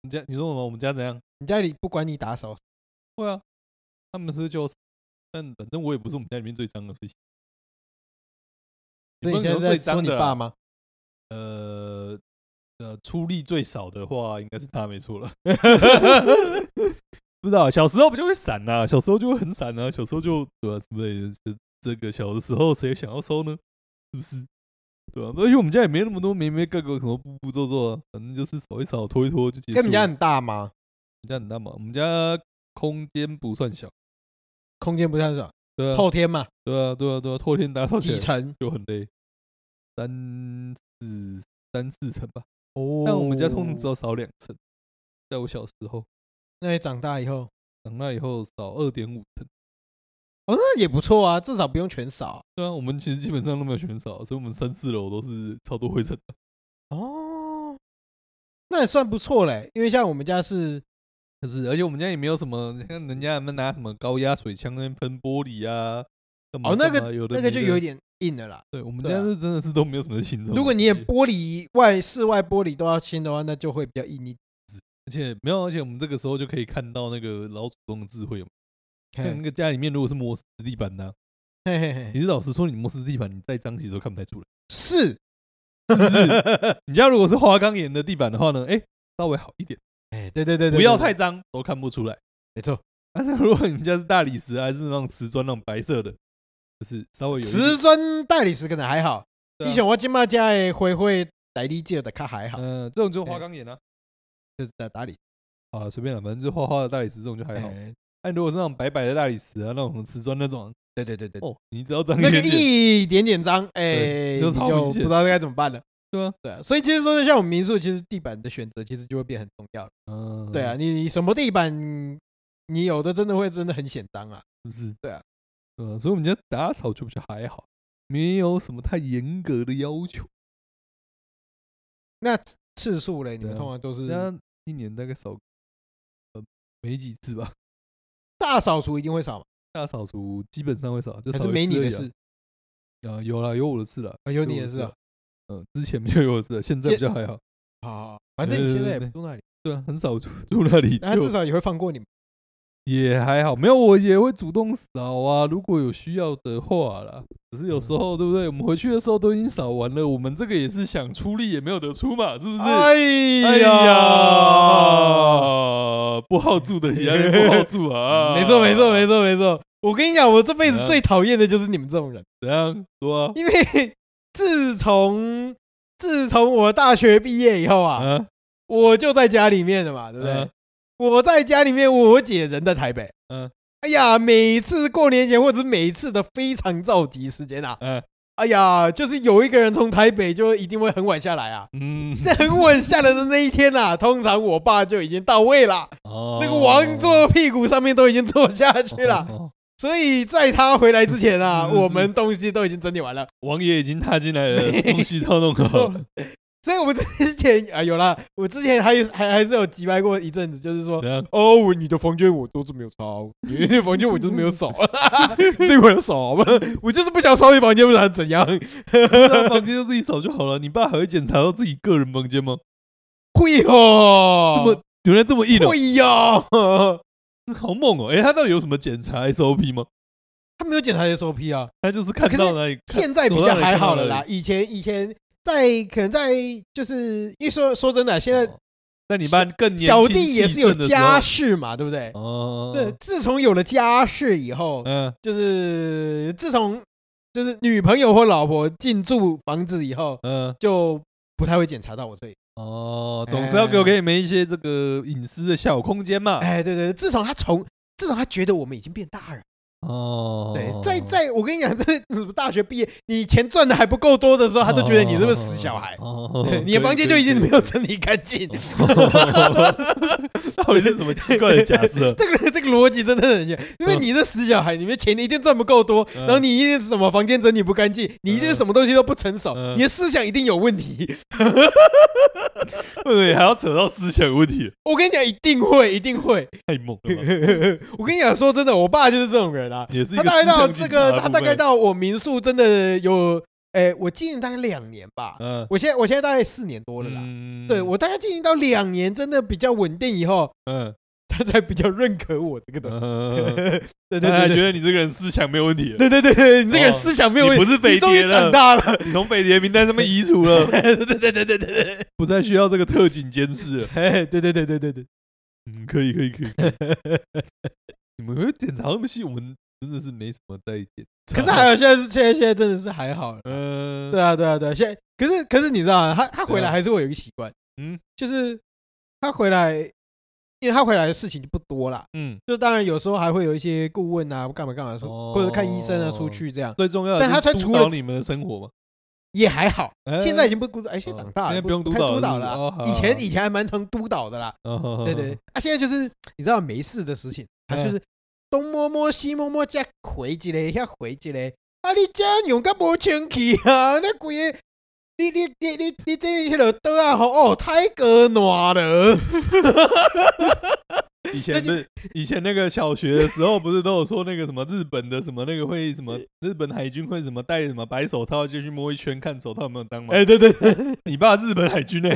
你家你说什么？我们家怎样？
你家里不管你打扫，
会啊，他们是就，但反正我也不是我们家里面最脏的，所以
所以
也不
你现
能说
在
最
是在说
脏
你
的啊啦
爸吗？
呃呃，出力最少的话，应该是他没错了。 [LAUGHS] 不知道，小时候不就会闪呐、小时候就会很闪呐、小时候就对吧、啊？之类的，这这个小的时候谁想要收呢？是不是？对吧、而且我们家也没那么多没没各个什么步步骤骤啊，反正就是扫一扫、拖一拖就结束了。
跟你们家很大吗？
我们家很大嘛，我们家空间不算小，
空间不算少，
对啊，
后天嘛，
对啊，对啊，对啊，透天打扫起
几
来
层
就很累，三四三四层吧。
哦。
但我们家通常只，有扫两层，在我小时候，
那你长大以后，
长大以后扫二点五层。
哦，那也不错啊，至少不用全扫
对啊，我们其实基本上都没有全扫，所以我们三四楼都是超多灰尘的。
哦。那也算不错嘞，因为像我们家是，
是不是？而且我们家也没有什么，你看人家他们拿什么高压水枪那边喷玻璃啊，干嘛
哦，那
干嘛
个
有的
那个
没
就
的
有一点硬了啦。
对，我们
对
家
啊
是真的是都没有什么轻重。
如果你连玻璃外室外玻璃都要清的话，那就会比较硬一点。
而且没有，而且我们这个时候就可以看到那个老祖宗的智慧嘛。像那
嘿
个家里面如果是磨石地板的啊、
嘿嘿
其
嘿，
实老实说，你磨石地板，你再脏其实都看不太出来。
是，
你家如果是花岗岩的地板的话呢，哎，稍微好一点，
哎，对对对对，
不要
对
太，脏都看不出来。
没错，
啊，那如果你们家是大理石还是那种瓷砖那种白色的，就是稍微有一
瓷
点
砖大理石可能还好，
对啊
你想我今嘛家的灰灰代理借的卡还好，
嗯、这种就是花岗岩啊。
就是在大理，
好了，随便了，反正就花花的大理石这种就还好。
哎
那、如果是那种白白的大理石啊，那种什么瓷砖那种啊，
对对对对，
哦，你只要脏一
那个
点点，
一点点脏，哎，
对
你
就
就
超明
不
显
知道该怎么办了。
对啊，
对啊，所以其实说，像我们民宿，其实地板的选择其实就会变很重要了。
嗯，
对啊，，你你什么地板，你有的真的会真的很显脏啊。
是不是？
对啊，
嗯，所以我们家打扫就比较还好，没有什么太严格的要求。
那次数嘞，你们
对啊
通常都是
那一年大概扫个，呃，没几次吧。
大扫除一定会扫吗？
大扫除基本上会扫，就
还
扫
是
一
没
次
你
而
的
已啊
事？
啊，有了，有我的事了，
啊有
就
你
我
的
的
事
事
啊
啊。嗯，之前没有有的事，现在比较还好。
好，反正你现在也不
对对对
住那里，
对啊，很少住住那里，
[LAUGHS] 那他
就
至少也会放过你们。
也还好。没有，我也会主动扫啊，如果有需要的话啦。只是有
嗯
时候，对不对？我们回去的时候都已经扫完了，我们这个也是想出力也没有得出嘛，是不是？
哎
哎
呀，
呀，不好住的，其他人不好住啊！
[LAUGHS] 没错没错没错没错。我跟你讲，我这辈子最讨厌的就是你们这种人，
怎样说啊？
因为自从自从我大学毕业以后啊，
啊，
我就在家里面的嘛，对不对？
嗯
我在家里面，我姐人在台北。
嗯
哎呀，每次过年前或者是每次的非常着急时间啊，
嗯
哎呀，就是有一个人从台北就一定会很晚下来啊。 [LAUGHS]
嗯，
在很晚下来的那一天啊，通常我爸就已经到位了，
哦
那个王坐屁股上面都已经坐下去了，
哦
所以在他回来之前啊，
[LAUGHS] 是是
我们东西都已经整理完了。
王爷已经踏进来了，东西都弄 [LAUGHS] 好了。
所以我们之前 [LAUGHS] 啊，有啦，我之前还有还还是有击败过一阵子，就是说
怎样？
哦，你的房间我都是没有扫，你的房间我就是没有扫， [LAUGHS] 这回有扫吗？我就是不想扫你房间，不然怎样？
那房间就自己扫就好了。你爸还会检查到自己个人房间吗？
会哦，
这么原来这么硬哦，
会哦，
[LAUGHS] 好猛哦！哎，他到底有什么检查 SOP 吗？
他没有检查 SOP 啊，
他就是看到哪里，看
现在比较还好了。
走到哪
啦
里。
以前以前在可能在就是一说说真的，现在
哦那你爸更年轻
小弟也是有
气盛的时候
家室嘛，对不对？
哦，
对，自从有了家室以后，
嗯，
就是自从就是女朋友或老婆进住房子以后，
嗯
就不太会检查到我这里。哎
哦，总是要给我给你们一些这个隐私的小空间嘛。
哎，对对，对自从他从自从他觉得我们已经变大人，
哦，
对，在在我跟你讲，这什么大学毕业，你钱赚的还不够多的时候，他都觉得你是不是死小孩，
哦
对你的房间就已经没有整理干净。
[LAUGHS] 到底是什么奇怪的假设？
[LAUGHS] 这个这个逻辑真的很像，因为
嗯
你是死小孩，你们钱一定赚不够多，
嗯
然后你一定是什么房间整理不干净，你一定是什么东西都不成熟，
嗯
你的思想一定有问题。
为什么你还要扯到思想问题？
我跟你讲，一定会，一定会。
太猛了吧！
我跟你讲，说真的，我爸就是这种人啊。
也是一
他
个
大概
思
到
想
这
警察
个，
的
他
部
大概
分
到我民宿真的有，哎，我经营大概两年吧。
嗯，
我现在我现在大概四年多了啦。
嗯
对我大概经营到两年，真的比较稳定以后，
嗯
他才比较认可我这个东西。
嗯，
[LAUGHS] 对对
他还
对对
觉得你这个人思想没有问题了，
对对对对，你这个人
哦
思想没有问
你
题，
不是
你
匪
终于
谍
长
了，
大了。 [LAUGHS]
你从匪谍名单上面移除了，
对对对对对对对，
不再需要这个特警监视
[LAUGHS]
了。
哎，对对对对对对，
[LAUGHS] 嗯，可以可以可以，可以你们会检查那么细，我们真的是没什么在检查。
可是还有现在是现在现在真的是还好了，
呃，
对啊对啊对啊，现在可是可是你知道啊，他他回来
对啊
还是会有一个习惯，
嗯
就是他回来，因为他回来的事情就不多啦，
嗯，
就当然有时候还会有一些顾问啊，干嘛干嘛说，
哦
或者看医生啊，出去这样
最重要的
但
是
他才
督
除
导
了
你们的生活嘛。
也还好，
哎
现在已经不督导，哎，现在
哦
长大了，
现在不用督
太
导
督
了
导
是
了
不是
啊
哦，好
以
好
前以前还蛮常督导的啦，
哦
对对，，啊，现在就是你知道没事的事情，他就是东摸摸西摸摸，加回一个，遐回一个，啊，你这用甲无清气啊，那规个。你你你你你这迄落桌啊吼哦太过烂了，
以前的以前那个小学的时候，不是都有说那个什么日本的什么那个会什么日本海军会什么戴什么白手套就去摸一圈看手套有没有脏吗？
哎，对对对，
你爸日本海军呢、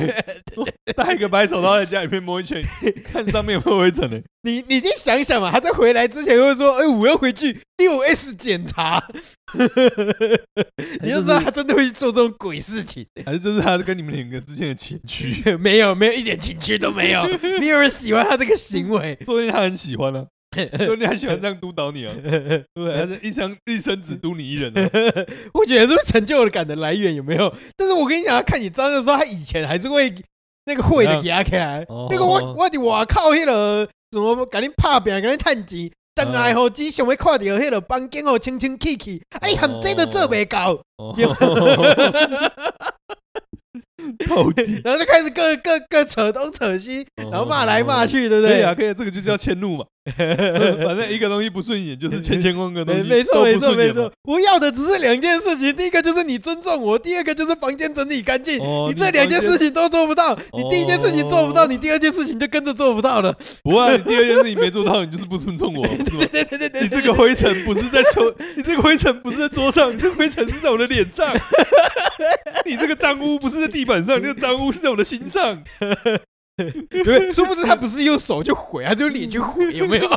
戴一个白手套在家里面摸一圈，看上面有没有灰尘呢、
你你先想想嘛，他在回来之前会说，哎，我要回去六 S 检查，你就知道他真的会做这种鬼事情。 [LAUGHS]
还是这是他跟你们两个之间的情趣？
没有没有一点情趣都没
[LAUGHS]
有，没有人喜欢他这个行为。 [LAUGHS]
说不定他很喜欢呢、啊，说不定他喜欢这样督导你啊，对不对？他是一生一生只督你一人、啊，
我觉得这是成就感的来源有没有？但是我跟你讲，他看你脏的时候，他以前还是会那个会的给他开
怎样哦，
那个我我的我靠，那个什么赶紧拍拼，赶紧趁钱。等
哦
来吼，只想要看到迄个房间吼哦清清气气，哎，含这都做袂到，
哦
有
到底
[LAUGHS] 然后就开始各各各扯东扯西，然后骂来骂去，对不
可以
对？
啊，可以、啊，这个就叫迁
[LAUGHS]
怒嘛。反正一个东西不顺眼，就是千千万个东
没
西
没错
都
没
不
错
顺眼
没
嘛
错，，我要的只是两件事情，第一个就是你尊重我，第二个就是房间整理干净。
哦
你哦
你
这两件
房间
事情都做不到，你第一件事情做不到，
哦
你第二件事情就跟着做不到 [LAUGHS] 了。
不啊，你第二件事情没做到，你就是不尊重我，是
[LAUGHS]
吗？
对对对对
你
对，
这个灰尘不是在桌， [LAUGHS] 你这个灰尘不是在桌上，你这个灰尘是在我的
[LAUGHS]
脸上，你这个脏污不是在地板上，你这个脏污是在我的心上。
对， [LAUGHS] 殊不知他不是用手就毁，他是用脸去毁，有没有？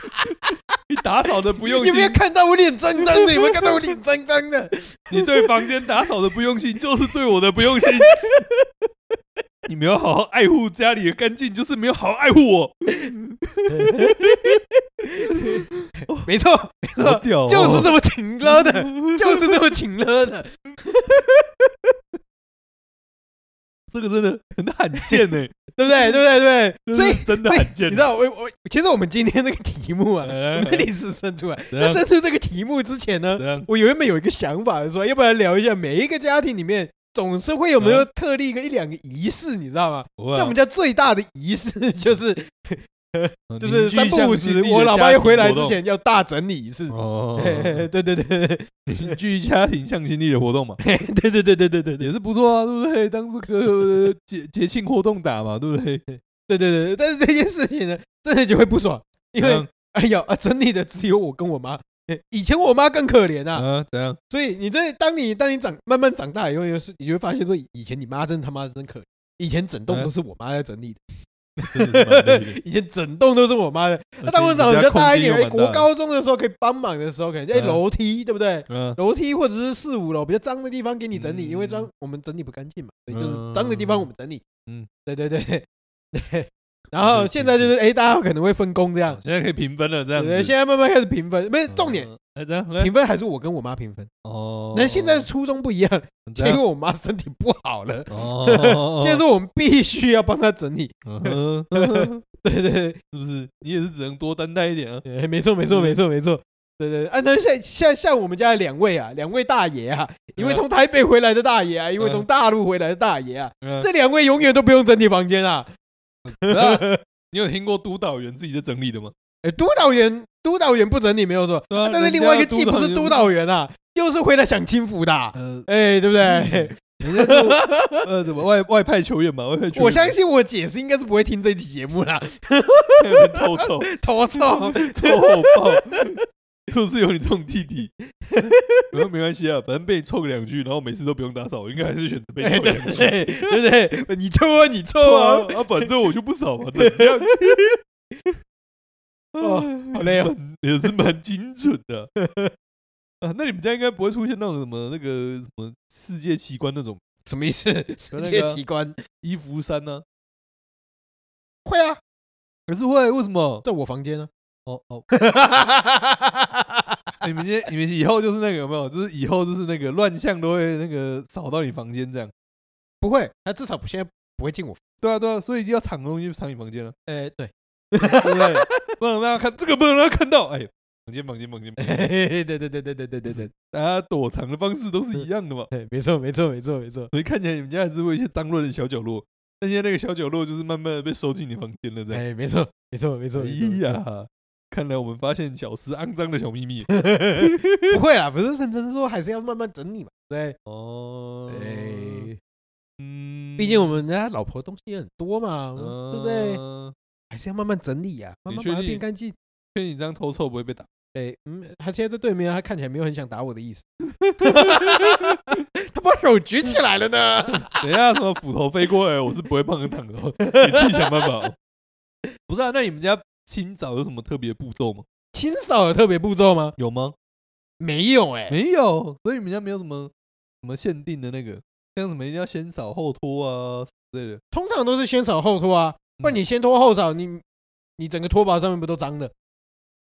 [LAUGHS] 你打扫的不用
有没有
心，
看到我脸脏脏的？有没有看到我脸脏脏的？
[LAUGHS] 你对房间打扫的不用心，就是对我的不 [LAUGHS] 用心。你没有好好爱护家里的干净，就是没有好好爱护我。
没错，没错，
[LAUGHS] 屌哦
就是这么勤劳的，
[LAUGHS]
[LAUGHS] 就是这么勤劳的。
这个真的很欸罕见呢、
对不对？对不对？对不 [LAUGHS] 对，
[LAUGHS] 真的
所以
真的哎
所以
罕见
你知道，我我其实我们今天这个题目啊，
来来
我
来
们临时生出来，
怎
在
样
生出这个题目之前呢
怎，样？
我原本有一个想法说，要不然聊一下每一个家庭里面总是会有没有
嗯
特例一个一两个仪式，你知道吗？
我
在我们家最大的仪式
[LAUGHS]
就是就是三不五时，
时，
我老爸要回来之前要大整理一次。
哦，
嘿嘿 [LAUGHS] 嘿对对对对
凝聚家庭向心力的活动嘛，
对对对对对对
也是不错啊，对不对？当初个 [LAUGHS] 呃节节庆活动打嘛，对不对？
对对对，但是这件事情呢，真的就会不爽，因为
嗯
哎呀，啊，整理的只有我跟我妈。欸以前我妈更可怜啊，
[LAUGHS] 啊，怎 [LAUGHS] 样？
所以你这当你当你长慢慢长大以后，就是你就会发现说，以前你妈真他妈真可怜。以前整栋
嗯
都是我妈在整理的，
真的是蛮累的
以前整栋都是我妈的。那当我
而且
长
你
得
家
比较大一点，
空间
哎
又蛮
国
大的，
高中的时候可以帮忙的时候，可能哎
嗯
楼梯对不对？
嗯，
楼梯或者是四五楼比较脏的地方给你整理，
嗯
因为脏我们整理不干净嘛，所以就是
嗯
脏的地方我们整理。
嗯，
对对对
[LAUGHS]
对。然后现在就是哎，大家可能会分工这样
好，现在可以平分哦了，这
对
样
不
子。
对？现在慢慢开始平分，没有
嗯
重点，
哎，这样来
评分还是我跟我妈评分。
哦，
那现在初衷不一样，
这
因为
样
我妈身体不好了，
哦，
现在说我们必须要帮她整
[LAUGHS]
理。
嗯哼嗯哼
对对对
是不是？你也是只能多担待一点啊。
对，没错没错
嗯
没错没错。对对，对啊，那像像像我们家的两位啊，两位大爷啊，一位
嗯
从台北回来的大爷啊，一位
嗯
从大陆回来的大爷啊，
嗯
这两位永远都不用整理房间啊。
啊你有听过督导员自己在整理的吗？
哎，督导员督导员不整理没有错，
对啊
但是
人家
另外一个既
督导
不是
员
督导员啊，又是回来享清福的啊，
呃，
哎，对不对？
[LAUGHS] 人家就呃，怎么外外派球员嘛，外派球员，
我相信我姐是应该是不会听这期节目啦， [LAUGHS]
偷臭，
头 [LAUGHS]
[LAUGHS]
臭。
臭爆， [LAUGHS] 就是有你这种弟 [LAUGHS] 弟。然后没关系啊，反正被臭两句，然后每次都不用打扫，我应该还是选择被
哎对
臭两句。
[LAUGHS] 对对对，你臭啊，你臭
对
啊
啊，，啊，反正我就不扫嘛，怎样？
哦好累哦，
嗯 [LAUGHS] 也是蛮精准的。啊，那你们家应该不会出现那种什么那个什么世界奇观那种
[LAUGHS] 什么意
[LAUGHS]
思？世界奇观？
衣服衫呢、
会啊，
可是会为什么？
在我房间啊呢。
哦哦，你们今天你们以后就是那个有没有？就是以后就是那个乱象都会那个扫到你房间这样。
[LAUGHS] 不会，他至少不现在不会进我。
对啊对啊，所以要藏东西就藏你房 [LAUGHS] 间了，
呃，对，
哎对不对？不能让他看这个，不能让他看到。哎，房间房间房间，房间
[LAUGHS] 对对对对对对对对
大家躲藏的方式都是一样 [LAUGHS] 的嘛。
对，没错没错没错没错。
所以看起来你们家还是会有一些脏乱的小角落。但现在那个小角落就是慢慢的被收进你房间了，这样。
哎，没错没错没错。
哎
没错
呀，看来我们发现小时肮脏的小秘 [LAUGHS] 密
不会啦，不是认真说，还是要慢慢整理嘛。对，
哦。
哎，
嗯呃
毕竟我们家老婆东西也很多嘛，对不对？
嗯
还是要慢慢整理呀、慢
你
慢
确
把它
定
变干净。
[LAUGHS] 劝你这样偷臭不会被打。
对，嗯，他现在在对面，他看起来没有很想打我的意思， [LAUGHS] 他把手举起来了呢。 [LAUGHS]
等一下什么斧头飞过来，我是不会帮你挡的哦，你自己想办法哦。 [LAUGHS] 不是啊，那你们家清扫有什么特别步骤吗？
清扫有特别步骤吗？
有吗？
没有哎、
没有，所以你们家没有什么什么限定的那个，像什么一定要先扫后拖啊之类的。
通常都是先扫后拖啊，不然
嗯
你先拖后扫，你你整个拖把上面不都脏的？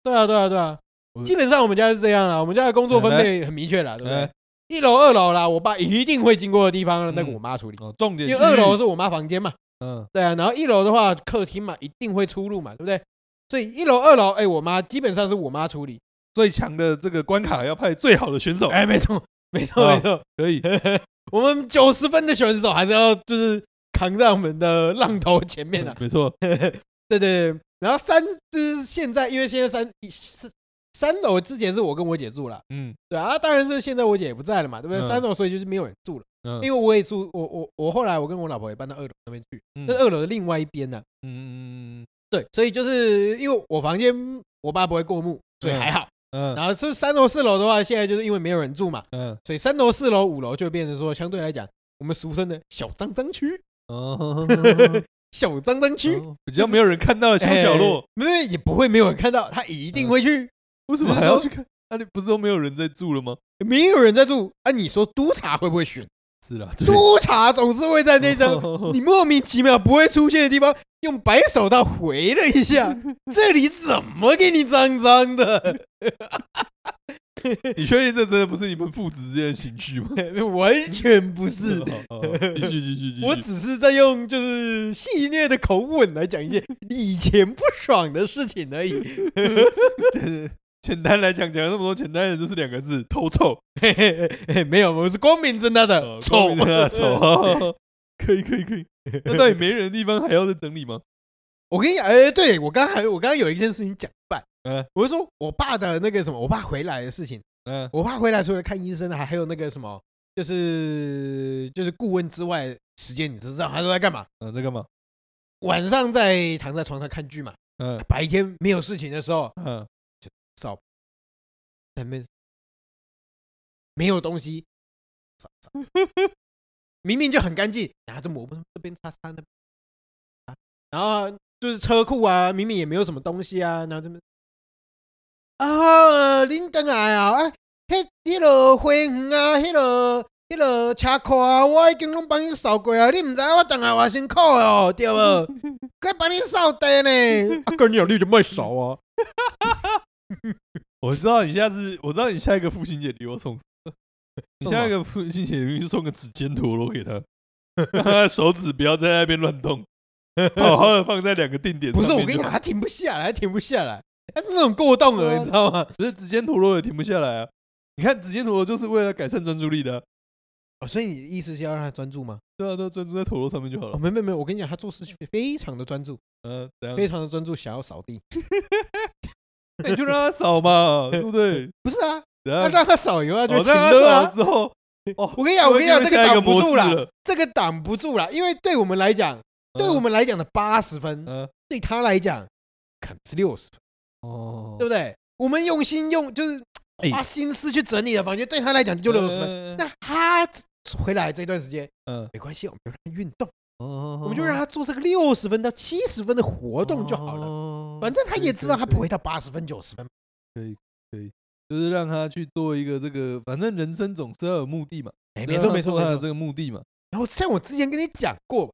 对啊，对啊，对啊
我。嗯
基本上我们家是这样啦，我们家的工作分
来嗯
配很明确啦，对不对
来？
一楼、二楼啦，我爸一定会经过的地方，那个
嗯
我妈处理，
哦，重点
因
是
为二楼是我妈房间嘛，
嗯
对啊。然后一楼的话，客厅嘛，一定会出入嘛，对不对？所以一楼、二楼，哎，我妈基本上是我妈处理。 [LAUGHS]
最强的这个关卡要派最好的选手，
哎，没错，没错，
啊
没错。
可以。
我们九十分的选手还是要就是扛在我们的浪头前面啊。
没 [LAUGHS] 错，
对对对，然后三就是现在，因为现在三一是三楼之前是我跟我姐住了，
嗯
对啊，当然是现在我姐也不在了嘛，对不对？
嗯
三楼所以就是没有人住了，
嗯，
因为我也住，我我我后来我跟我老婆也搬到二楼那边去，
嗯
那是二楼的另外一边呢、
嗯嗯
对，所以就是因为我房间我爸不会过目，所以还好。
嗯嗯
然后是三楼四楼的话，现在就是因为没有人住嘛，
嗯
所以三楼四楼五楼就变成说相对来讲，我们俗称的小脏脏区，
哦，
[LAUGHS]
[LAUGHS]
小脏脏区。哎
哦哎比较没有人看到的小角落，
没
嗯
有也不会没有人看到，他一定会去。
为什么还要去看？那你不是都没有人在住了吗？
没有人在住啊！你说督察会不会选？
是啦，哦
督察总是会在那
[LAUGHS]
张
张
你莫名其妙不会出现的地方，用白手套回了一
[LAUGHS]
下，这里怎么给你脏脏的？
你 [LAUGHS] 确定这真的不是你们父子之间的情绪吗？
完全不
[LAUGHS]
是，
好，好好继续继续 [LAUGHS] 继续。
我只是在用就是戏谑的口吻来讲一些 [LAUGHS] 以前不爽的事情而已。 [LAUGHS]
就是简单来讲，讲了那么多，简单的就是两个字：偷臭。
嘿嘿嘿没有，我是光明正大的
哦
丑
光明正 [LAUGHS] 大的臭，哦可以可以可以。那到底没人的地方还要再整理吗？
[LAUGHS] 我跟你讲，哎、对我刚还我刚刚有一件事情讲不办，
嗯
我是说我爸的那个什么，我爸回来的事情，
嗯
我爸回来除了看医生，还还有那个什么，就是就是顾问之外时间，你知道他都在干嘛？
嗯，在干嘛？
晚上在躺在床上看剧嘛，
嗯
白天没有事情的时候，
嗯
扫，在那边没有东西，扫 [LAUGHS] 扫，明明就很干净，拿着抹布这边擦擦那边擦，然后就是车库啊，明明也没有什么东西啊，然后这边啊，恁等来啊，啊，迄迄落花园啊，迄落迄落车库啊，我已经拢帮你扫过啊，你毋知我等来偌辛苦的哦， [LAUGHS] 对无？该帮你扫地呢，啊，跟你有你就莫扫啊。
我知道你下次，我知道你下一个父亲节礼物送什么，你下一个父亲节礼物送个指尖陀螺给他， [LAUGHS] 让他的手指不要在那边乱动，好好的放在两个定点上
不是，
面就好。
我跟你讲，他停不下来，他停不下来，他是那种过动
对
儿，
啊
你知道吗？
[LAUGHS] 不是指尖陀螺也停不下来啊！你看指尖陀螺就是为了改善专注力的啊、
哦，所以你的意思是要让他专注吗？
对啊，都专注在陀螺上面就好
哦，
了。
没有没有没有，我跟你讲，他做事情非常的专注，
嗯、呃，怎
非
样？
常的专注，想要扫地。
那你就让它扫嘛， [LAUGHS] 对
[LAUGHS]
不对？
不是啊，
等
那
下
让他扫以后，他就
嗯
会
哦
勤
让它
了
扫了
啊。
之后，哦，
我跟你讲，我跟你讲，这
就会进入下一
挡
个
不
模
住
式
啦，
了，嗯
这个挡不住啦，因为对我们来讲，对我们来讲的八十分，
嗯，嗯，
对他来讲可能是六十分，
哦，
对不对？我们用心用就是
哎嗯
花心思去整理的房间，对他来讲就六十分。
分
那他回来这段时间
嗯，
没关系，我们就让他运动。
我
我
哦
们就让他做这个六十分到七十分的活
活
动就好了。
了
反正他也知道他不
会，
会到八十分、九十分。
就是让他去做一个这个，反正人生总是要有目的嘛，
哎，
就
没
让
错
他
没错
做
没
他的
错。
这个目的嘛，
然后像我之前跟你讲过，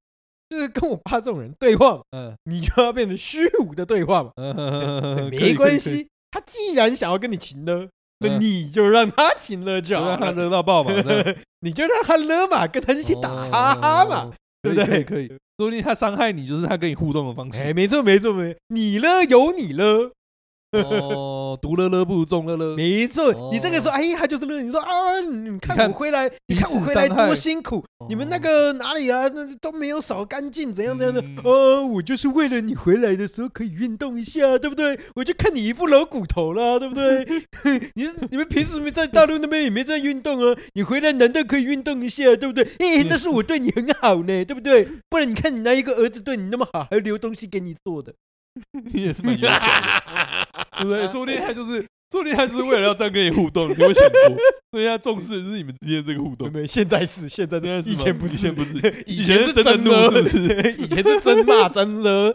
就是跟我爸这种人对话，
[LAUGHS] 嗯，
你就要变成虚无的对话嘛。
嗯
没关，系，他既然想要跟你情勒，那你就让他情勒就
就
好
嗯让他
了，
热到
[LAUGHS]
爆嘛，这样
你就让他勒嘛，跟他一起打哈哈嘛。
哦，
对不
可以
对
可以，可以说不定他伤害你就是他跟你互动的方
哎，
式。
没错没错没错，你勒有你勒，
哦，独乐乐不如众乐乐，
没错
哦。
你这个时候，哎，他就是勒，你说啊，你你
你看
看我回来，你
彼
看我
此
回来
伤害
多辛苦，你们那
哦
个哪里啊，那都没有扫干净，怎样怎样的
嗯？
呃，我就是为了你回来的时候可以运动一下，对不对？我就看你一副老骨头啦，对不对？ [LAUGHS] 你你们平时没在大陆那边也没在运动啊，你回来难道可以运动一下，对不对？哎、
也
那是我对你很好呢，对不对？不然你看你那一个儿子对你那么好，还留东西给你做的，
你也是蛮优秀
[LAUGHS]
的，对不对？说不定他就是，说不定他就是为了要这样跟你互动，你有没有想过？所以他重视的就是你们之间这个互动
没。有，现在是现在
现在
是，
是
以
吗
前不
以
是
前不是
[LAUGHS] 以前是
是真怒，
的
是不是？
[LAUGHS] 以前是真
[LAUGHS]
骂真了，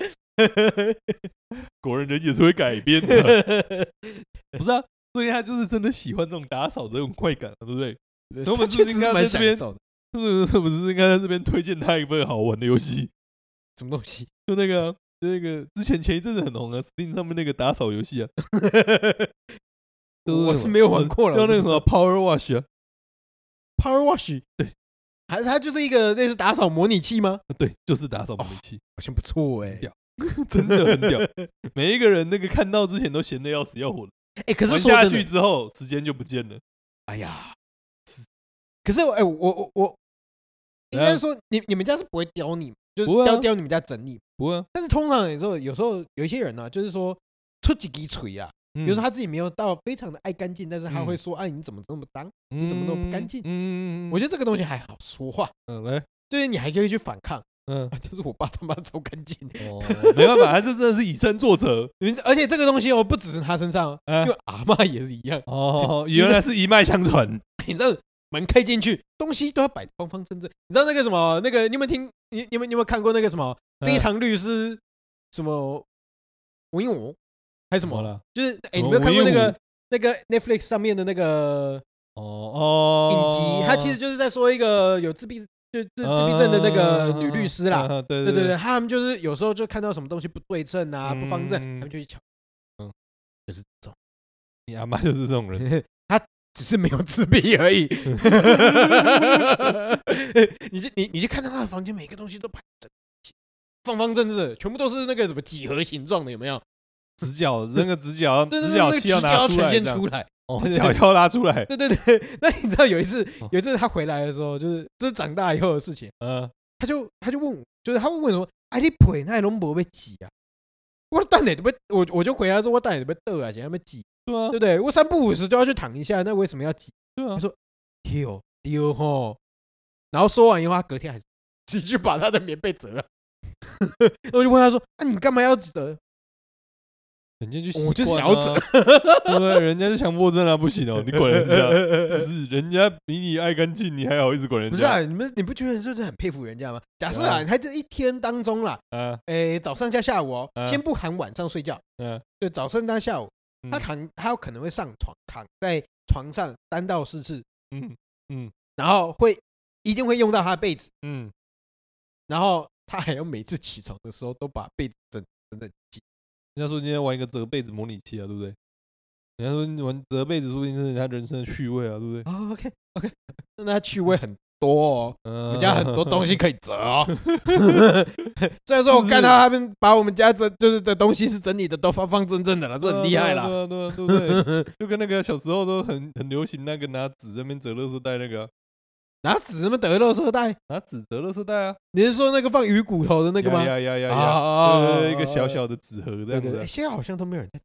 果然人也是会改变的，不是啊？所以他就是真的喜欢这种打扫的这种快感啊，对不对？我
他
们是
确
不是
实是
应该在
蛮
这
享
边
受的。
是不是？是不是应该在这边推荐他一份好玩的游戏？
什么东西？ [LAUGHS]
就那个啊、就那个之前前一阵子很红啊，Steam 上面那个打扫游戏啊，
我是没有玩过了，
叫
我不
那个
知
什
道
么 Power Wash 啊，
Power Wash，
对，
还是它就是一个类似打扫模拟器吗？
对，就是打扫模拟器，
好像不错哎
屌，
[LAUGHS]
真的很屌。每一个人那个看到之前都闲得要死要活的，
哎，可是
玩
说
下
真的
去，之后时间就不见了。
哎呀，可是哎，我我我应
怎样
该说你你们家是不会刁你，就
啊不会
是
啊
刁刁你们家整理，
不过、啊，
但是通常有时候有时候有一些人呢，啊就是说出几滴锤啊，
比
比如说他自己没有到非常的爱干净，但是他
嗯
会说：“哎，你怎么这么脏
你
怎么那么不干净
嗯？”
我
就
觉得这个东西还好说话，
嗯来， [LAUGHS]
就是你还可以去反抗。
嗯，
啊但是我爸他妈超干净，
哦，没办法，他这真的是以身
[LAUGHS]
作则。
而且这个东西哦，不只是他身上哦，
啊
因为阿嬷也是一样。
哦，原来是一脉相传。
你知道门开进去，东西都要摆方方正正。你知道那个什么，那个你有没有听？你你们你有没有看过那个什么
嗯
《非常律师》什么吴英武还是什
怎么
么？
了？
就是哎，
什
你
么
没有看过
吴
那
英武
个那个 Netflix 上面的那个
哦
影
哦，
集，他其实就是在说一个有自闭就自自闭症的那个女律师啦。对
啊，对
嗯对
对
对，，他们就是有时候就看到什么东西不对称啊、不方正，
嗯
他们就去瞧。
嗯
嗯，就是这种，
你阿妈就是这种人。
只是没有自闭而已。你去你你去看到他的房间，每个东西都排整齐，方方正正的，全部都是那个什么几何形状的，有没有？
直角那个直
[LAUGHS]
角，
对对
直
对，那
角
个
器
直
要
角
拿
要
出
呈
来，
现
这样
出来。
哦，
对对
角
对
要拉出
[LAUGHS]
来，
对对对，那你知道有一次
哦
有一次他回来的时候，就是这是长大以后的事情。
嗯，
他就他就问我，就是他问我说：“哎，你腿那拢无被挤啊？”我蛋奶都被我我就回答说：“我蛋奶都被逗啊，嫌他们挤，
对啊
对不，对？我三不五时就要去躺一下，那为什么要挤
对啊
他，说丢丢吼？”然后说完以后，他隔天还是继续把他的棉被折了。 [LAUGHS] 我就问他说：“啊，你干嘛要折
人家就习
我就
惯
想要
啊
[LAUGHS] 走
对不对？人家是强迫症啊，不行
[LAUGHS]
哦，你？”管人家，就是人家比你爱干净，你还好意思管人
不是啊，
家？
你们你不觉得就是很佩服人家吗？假设
对啊
啊，他这一天当中啦，
啊，
诶，早上加下午哦
嗯，
先不含晚上睡觉，
嗯，
对，早上加下午，他
嗯
躺，他有可能会上床，躺在床上三到四次，
嗯
然后会一定会用到他的被子，
嗯，
然后他还要每次起床的时候都把被子整整整齐。
人家说今天玩一个折被子模拟器啊，对不对？人家说你玩折被子，说不定是他人生的趣味啊，对不对？
哦，OK OK，那他趣味很多哦，我
嗯，
们家很多东西可以折哦。 [LAUGHS] 虽然说我看到他们把我们家这就是的东西是整理的都方方正正
[LAUGHS]
的了，这
对啊，
很厉害
对
啦。
啊，对啊，对啊对 [LAUGHS] 不对？就跟那个小时候都很很流行那个拿纸在那边折乐色袋那个啊，
拿纸那么得乐色袋，
拿纸折乐色袋啊，
你是说那个放鱼骨头的那个吗？
呀呀
啊
呀呀！
啊啊
呃，一个小
啊
小的纸盒这
对对
样子
对，
啊
诶。现在好像都没有人在。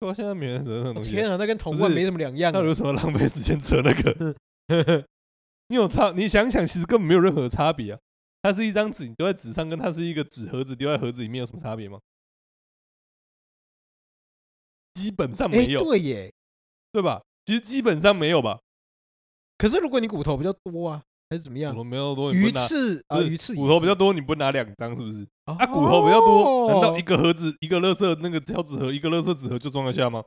对啊，现在没人折那种
我
东西啊。
天啊，那跟铜
不
罐
是
没什么两样啊。
到底为什么浪费时间折那个？ [LAUGHS] 你有差？你想想，其实根本没有任何差别啊。它是一张纸，你丢在纸上，跟它是一个纸盒子丢在盒子里面有什么差别吗？基本上
哎，
没有，
对耶。
对吧？其实基本上没有吧。
可是如果你骨头比较多啊，还是怎么
骨
样？
头没有多，你不
鱼
拿
刺
不
啊，
是
鱼刺
骨头比较多，你不拿两张是不是？
啊
啊，骨头比较多，难道
哦
一个盒子一个乐色那个小纸盒一个乐色纸盒就装得下吗？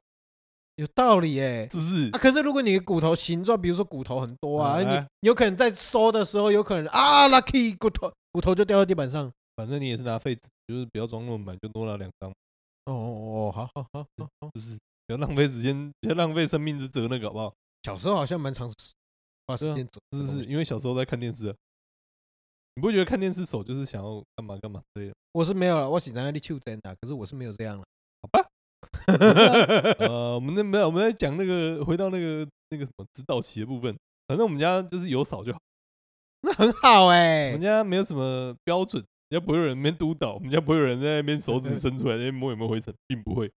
有道理耶？
是不是
啊，？可是如果你的骨头形状，比如说骨头很多啊，
嗯
你
来
你有可能在收的时候，有可能啊，lucky 骨头骨头就掉到地板上。
反正你也是拿废纸，就是不要装那么满，就多拿两张，
哦哦哦，好好好好好。
就是不要浪费时间，不要浪费生命之折那个好不好？
小时候好像蛮长花时
对啊
间折，
是不是？？因为小时候在看电视啊，你不觉得看电视手就是想要干嘛干嘛之类的？
我是没有了，我喜欢力秋真的，可是我是没有这样了。
好吧。 [LAUGHS] 呃，我们那没有，我们在讲那个，回到那个那个什么指导棋的部分。反正我们家就是有扫就好，
那很好
我
哎
们，家没有什么标准，人家不会有人在那边督导，我们家不会有人在那边手指伸出来在那边摸有没有灰尘，并不会。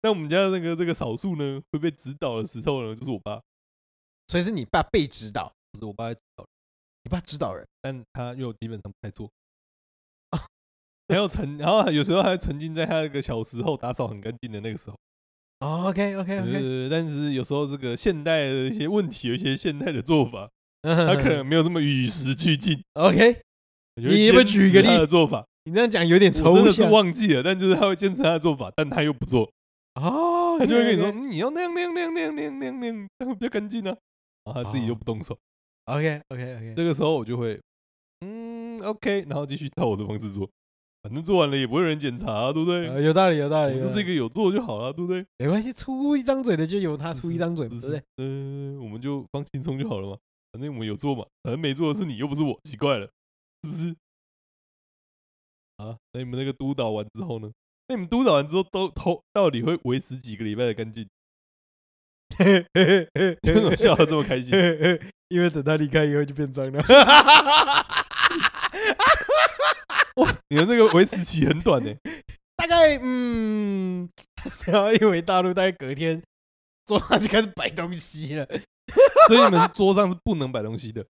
但我们家那个这个少数呢，会被指导的时候呢，就是我爸，
所以是你爸被指导，
不是我爸在指导，
你爸指导人。
但他又基本上不太做。 [LAUGHS] 还有沉，然后有时候还沉浸在他那个小时候打扫很干净的那个时候。
哦，OK OK OK，
呃，但是有时候这个现代的一些问题，有一些现代的做法，
他
他可能没有这么与时俱进。
OK，
就会
你要不要
坚
举一
持
个
他
例
的做法？
你这样讲有点
我真
抽
的是
象
忘记了，但就是他会坚持他的做法，但他又不做，
[LAUGHS] 哦，
他就会跟你
OK，OK
说，嗯你要那样那样那样那样那样那样那样，这样会比较干净啊。然后他自己
哦
又不动手，
OK OK OK，
这个时候我就会，嗯，OK，然后继续照我的方式做，反正做完了也不会有人检查、啊，对不对？
呃有道理有道
我
理，
们
有
就是一
道理
个有做就好了、对不对？
没关系，出一张嘴的就由他出一张嘴，
就
对不
是
对？
嗯、我们就放轻松就好了嘛，反正我们有做嘛，反正没做的是你，又不是我，奇怪了，是不是？啊，那你们那个督导完之后呢？那你们督导完之后都头到底会维持几个礼拜的干净？ [LAUGHS] 为什么笑 [LAUGHS] 得这么开心？
[LAUGHS] 因为等他离开以后就变脏了。 [LAUGHS]
你的这个维持期很短呢、
[LAUGHS] 大概嗯， [LAUGHS] 然后一回大陆，大概隔天桌上就开始摆东西了。
所以你们是桌上是不能摆东西的，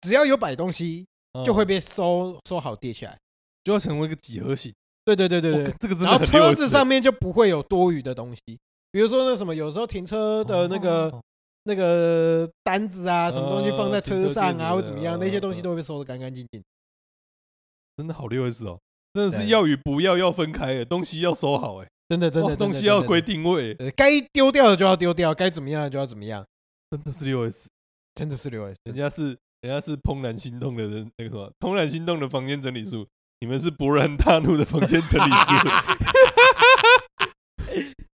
只要有摆东西，
嗯
就会被收收好叠起来。
就要成为一个几何形。
对对对对对
哇，这个真的
然后
很
车
幼
子
稚
上面就不会有多余的东西，比如说那什么，有时候停车的那个
哦
那个单子啊，什么东西放在
呃停
车
车
上
垫
啊，
子
或怎么样，
呃
那些东西
呃
都会被收的干干净净。
真的好六 S 哦，真的是
对
要与不要要分开、欸，东西要收好哎、
真的真
哇
的，
东
真
西
的
要
真的
归定位欸、
呃，该丢掉的就要丢掉，该怎么样的就要怎么样，
真的是六 S。
真的是刘
[LAUGHS]
伟，
人家是人家是怦然心动的人，那个什么怦然心动的房间整理术，你们是勃然大怒的房间整理术。 [LAUGHS]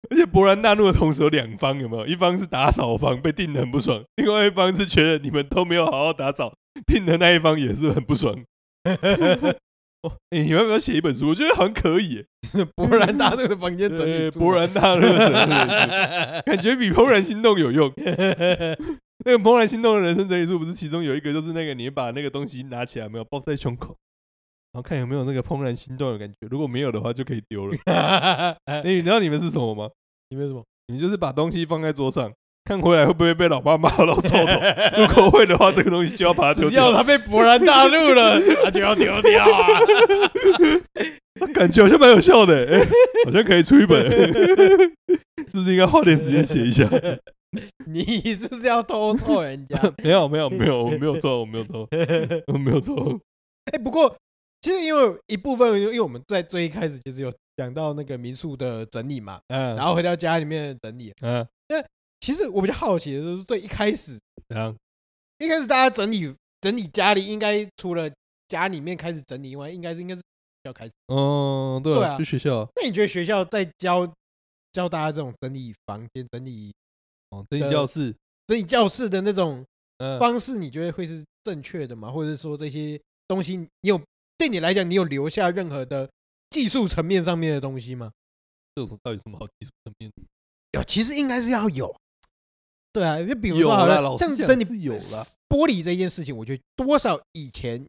而且勃然大怒的同时有两方，有没有？一方是打扫方被定的很不爽，另外一方是觉得你们都没有好好打扫，定的那一方也是很不爽。 [LAUGHS] 哦，欸你们要不要写一本书？我觉得好像可以耶、
勃然大怒的房间整理啊
对
出
勃然大怒的整理术，
来。
感觉比怦然心动有用。 [LAUGHS] 那个怦然心动的人生整理术，不是其中有一个就是那个你把那个东西拿起来，没有抱在胸口，然后看有没有那个怦然心动的感觉。如果没有的话，就可以丢了。 [LAUGHS]
[LAUGHS]
那你知道你们是什么吗？
你们什么？
你们就是把东西放在桌上，看回来会不会被老爸骂到臭
[LAUGHS]
头。如果会的话，这个东西就要把它
[LAUGHS]
丢
只要
掉。
他被勃然大怒
[LAUGHS]
了，他就要丢掉啊！
感觉好像蛮有效的、欸欸好像可以出一本、 [LAUGHS] 是不是应该花点时间写一下？
[LAUGHS]
[LAUGHS]
你是不是要偷凑人家？
没有没有没有，我没有错，我没有错，
[LAUGHS] 哎、
我没有错。
不过其实因为一部分，因为我们在最一开始其实有讲到那个民宿的整理嘛，
[LAUGHS] 嗯，
然后回到家里面整理。
嗯，
其实我比较好奇的就是最一开始，
怎样？
一开始大家整理整理家里，应该除了家里面开始整理以外，应该是应该是要开始。
嗯，对
对
啊，
啊
去学校啊。
那你觉得学校在教教大家这种整理房间、整理
哦，整理
呃
教室，
整理教室的那种
嗯，
方式，你觉得会是正确的吗？或者是说这些东西，你有对你来讲，你有留下任何的技术层面上面的东西吗？
这种到底有什么好技术层面？
有，其实应该是要有。对啊，就比如
有
说好
啦
了
老，
像
实讲
整理
是有啦
玻璃这件事情，我觉得多少以前，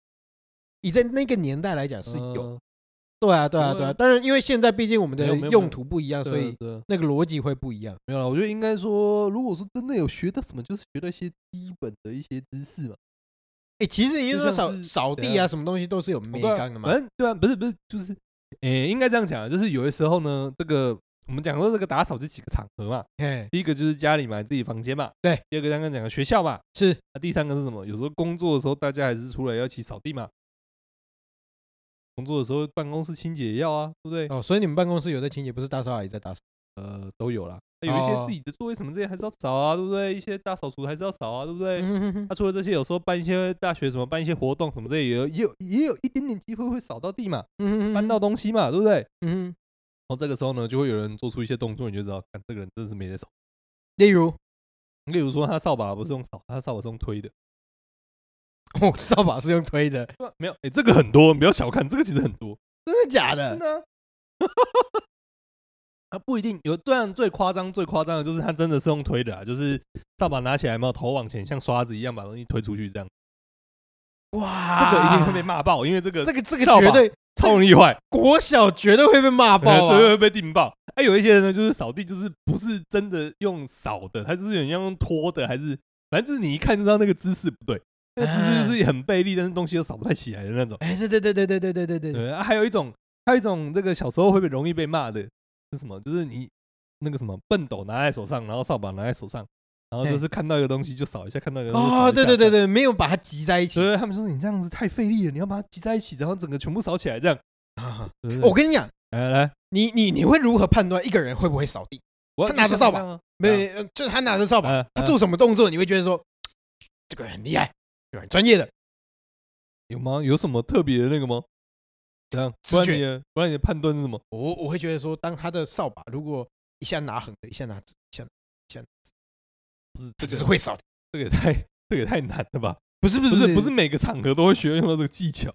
以在那个年代来讲是有。
嗯
对啊，对啊，
有
对
啊
啊。当然，因为现在毕竟我们
没有
的
没有没
用
有
途不一样，
对啊
所以
对
那个逻辑会不一样。
没有啦。我觉得应该说，如果说真的有学到什么，就是学到一些基本的一些知识嘛。
哎，其实你
就
说
像
扫
是
扫
怎
地
样
啊，什么东西都是有
哦
美
对啊
感的嘛
反。正对啊，不是不是，就是，诶，应该这样讲啊，就是有的时候呢，这个我们讲说这个打扫这几个场合嘛，
哎，
第一个就是家里嘛，自己房间嘛，
对。
第二个刚刚讲的学校嘛，
是
那第三个是什么？有时候工作的时候，大家还是出来要一起扫地嘛。工作的时候，办公室清洁也要啊，对不对？
哦，所以你们办公室有在清洁，不是打扫阿姨在打扫。
呃，都有啦。有一些
哦
自己的座位什么这些还是要扫啊，对不对？一些大扫除还是要扫啊，对不对？ [LAUGHS]
嗯哼哼
那、除了这些，有时候办一些大学什么办一些活动什么这些，也有也有也有一点点机会会扫到地嘛，
嗯
搬到，东西嘛，对不对？然
嗯哼，
后这个时候呢，就会有人做出一些动作，你就知道，看这个人真的是没得扫。
例如， [LAUGHS]
例如说，他扫把不是用扫，他扫把是用推的。
我扫把是用推的，
对啊没有，哎、这个很多，你不要小看，这个其实很多，
真的假的？
真的啊、 [LAUGHS] 啊，不一定有，当然最夸张、最夸张的就是他真的是用推的啊，就是扫把拿起来嘛，头往前像刷子一样把东西推出去，这样
哇，
这个一定会被，骂爆，因啊为这个
这个这个
扫把
绝对
超容易坏。
国小绝对会被骂爆
[LAUGHS] 绝对
啊！
会被定爆。哎、有一些人呢，就是扫地，就是不是真的用扫的，他就是有点像用拖的，还是反正就是你一看就知道那个姿势不对，那个姿势就是很费力，但是东西又扫不太起来的那种。
哎，对对对对对对对对对对，
对，啊还有一种，还有一种，这个小时候会被容易被骂的是什么？就是你那个什么笨斗拿在手上，然后扫把拿在手上，然后
嘿
就是看到一个东西就扫一下，看到一个东西
哦，对对对
对。
对，没有把它集在一起
所。以他们说你这样子太费力了，你要把它集在一起，然后整个全部扫起来
[LAUGHS]
这样。
啊
对对对
我跟你讲，
来来，
你你你会如何判断一个人会不会扫地？
我
他拿着扫把，
啊
没
没，
呃就是他拿着扫把，
啊
他做什么动作，你会觉得说这个人很厉害，这个很专业的。
有吗？有什么特别的那个吗？这样，
直
不然
觉
你的不然你的判断是什么？
我我会觉得说，当他的扫把如果一下拿横的，一下拿直，一下
不是
他
这
就是
个，
会扫地。
这个也太这个也太难了吧？
不是不
不是不
不
是
是
每个场合都会学用到这个技巧，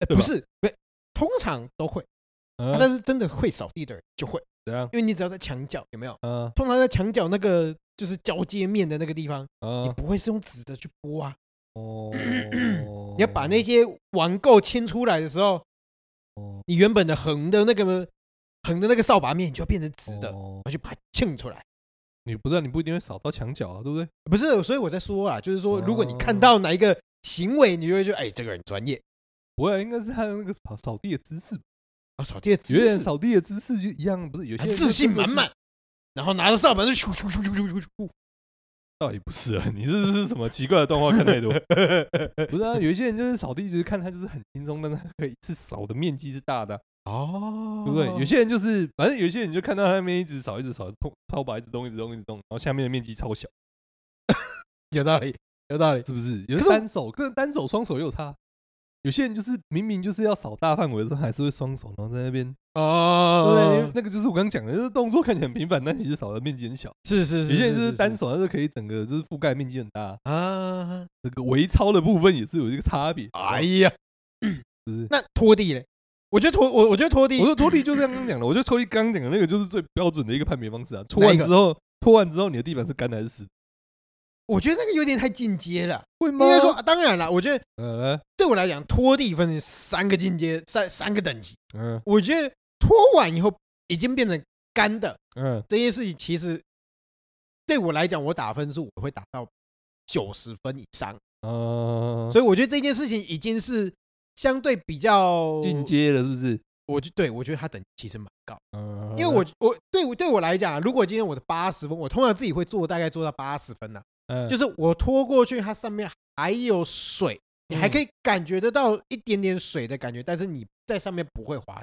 呃
对
不
吧
是不是，通常都会，
啊
但是真的会扫地的人就会，
怎样？
因为你只要在墙角有没有？
啊
通常在墙角那个就是交接面的那个地方，你
啊
不会是用纸的去拨啊，，
哦
你要把那些顽垢清出来的时候，
哦
你原本的横的那个横的那个扫把面，你就要变成直的，然
哦
后就把它清出来。
你不知道，你不一定会扫到墙角啊，对不对？
不是，所以我在说啊，就是说，如果你看
哦
到哪一个行为，你就会觉得，哎，这个人专业
不会啊，应该是他那个扫扫地的姿势，
啊，扫地的姿
有点
势
扫地的姿势就一样，不是有些
很
人
自
就
信
真的
满
是，
满，然后拿着扫把就咻咻咻咻咻咻咻，
倒也不是啊，你这是什么奇怪的动画看太多？ [LAUGHS] 不是啊，有一些人就是扫地，就是看他就是很轻松，但是他可以一次扫的面积是大的啊，
哦
对不对？有些人就是，反正有些人就看到他那边一直扫，一直扫，碰扫把一直动，一直动，一直动，然后下面的面积超小，
有道理，有道理。
是不是？有
可
的
是我
单手，跟单手双手也有差。有些人就是明明就是要扫大范围的时候，还是会双手，然后在那边对，因为
哦，
那个就是我刚刚讲的，就是动作看起来很频繁，但其实扫的面积很小。
是是
有
是，
些人就是单哦手，但是可以整个就是覆盖面积很大。
啊，
这个微操的部分也是有一个差别。
哎
是
呀，
不是？
[CLEARS THROAT] 那拖地嘞？我觉得拖我我觉得拖地
我，说拖地就是刚刚讲的，我觉得拖地刚刚讲的那个就是最标准的一个判别方式啊。拖
哪一
完
个
之后，拖完之后你的地板是干的还是湿的？
我觉得那个有点太进阶了。
会
应
吗？
该说，啊当然了，我觉得
呃，
对我来讲，拖地分成三个进阶，三三个等级。
嗯
我觉得拖完以后已经变成干的
嗯
这件事情，其实对我来讲，我打分数我会打到九十分以上，
嗯，
所以我觉得这件事情已经是相对比较
进。阶了是不是？
我就对我觉得它等级其实蛮高，
嗯，
因为我我对我对我来讲，啊如果今天我的八十分，我通常自己会做大概做到八十分呐、
嗯
就是我拖过去，它上面还有水，你还
嗯
可以感觉得到一点点水的感觉，但是你在上面不会滑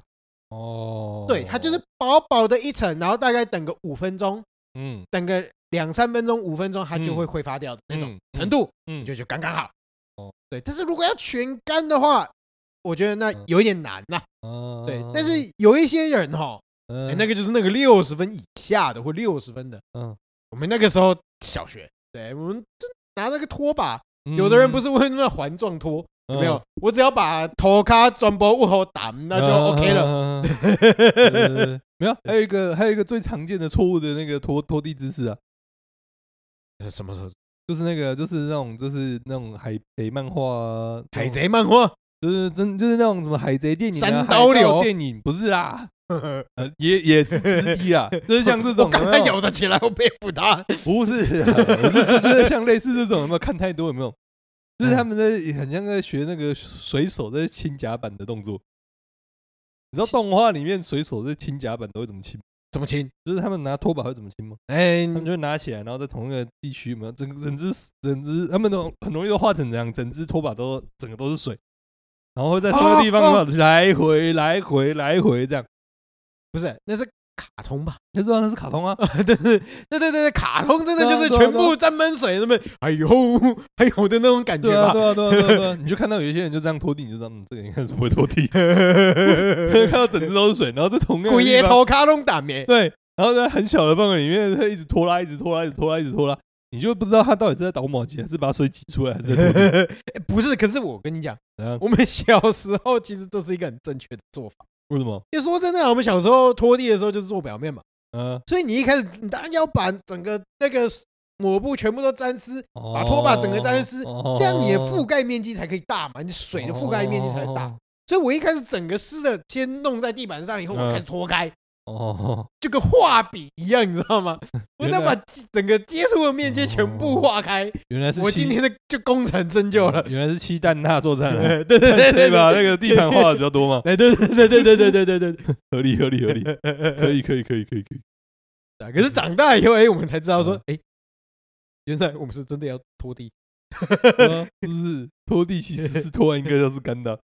哦，
对，它就是薄薄的一层，然后大概等个五分钟，
嗯
等个两三分钟、五分钟，它就会挥发掉的那种
嗯
程度，
嗯
你就就刚刚好。
哦，
对，但是如果要全干的话，我觉得那
嗯
有一点难呐、
嗯
对，但是有一些人哈、哎
嗯
那个就是那个六十分以下的或六十分的，
嗯
我们那个时候小学，对我们就拿那个拖把，有的人不
是
是会那环状拖。有没
嗯
有，我只要把头卡转播物后打，那就
嗯
OK 了。
了。对对对对 [LAUGHS] 没有，还有一个还有一个最常见的错误的那个拖拖地姿势啊， [LAUGHS]
呃什么时候？
就是那个就是那种就是那种海贼漫画啊，那
海
种
贼哦漫画，
就是真就是那种什么海贼电影啊、
三
海
刀流
电影不是啦，呃也也是之
[LAUGHS]
一啊， [LAUGHS] 就是像这种
我刚才
有没有
咬得起来，我佩服他。
不是啊，我是说就是 [LAUGHS] 像类似这种有没有看太多有没有？就是他们在很像在学那个水手在清甲板的动作，你知道动画里面水手在清甲板都会怎么清吗？
怎么亲？
就是他们拿拖把会怎么清吗？
哎，
他们就会拿起来，然后在同一个地区，有没有整个整只整只，他们都很容易都化成这样，整只拖把都整个都是水，然后会在同一个地方
哦
来回来回来回这样。
不是，那是卡通吧？ [LAUGHS]
他说那是卡通啊，
对对对对对，卡通真的就是
对啊对啊
全部沾满水，那么哎呦 [LAUGHS] 哎呦的那种感觉
对啊，
吧？
对啊，对啊，对啊对 [LAUGHS] 啊，你就看到有一些人就这样拖地，你就知道，嗯，这个应该是不会拖地，啊 [LAUGHS] 看到整只都是水，然后在同一个
[LAUGHS] 鬼爷
地方，
头卡通欸打
[LAUGHS]
咩？
对，然后在很小的范围里面，他一直拖拉，一直拖拉，一直拖拉，一直拖拉，你就不知道他到底是在倒毛巾，还是把水挤出来，还是在拖地。
[LAUGHS] 不是，可是我跟你讲，
怎样
我们小时候其实这是一个很正确的做法。
为什么？
因为说真的啊，我们小时候拖地的时候就是做表面嘛，
嗯、
所以你一开始你当然要把整个那个抹布全部都沾湿，把拖把整个沾湿
哦
这样你的覆盖面积才可以大嘛，你水的覆盖面积才会大。
哦。
所以我一开始整个湿的先弄在地板上，以后我
嗯
开始拖开，
哦，
就跟画笔一样，你知道吗？我再
原来
把接整个接触的面积全部画开，
原来是
我
七
今天的就功成身就了。
原来是七蛋挞作战啊，
对对对
对
对
吧？？那个地盘画的比较多嘛，
哎，对对对对对对对对对，
合理合理合理，可
可
以可以可以可以可以，
啊可是长大以后，哎，我们才知道说
嗯，
哎，原来我们是真的要拖地。
对啊是不是？拖地其实是拖完一个就是干的，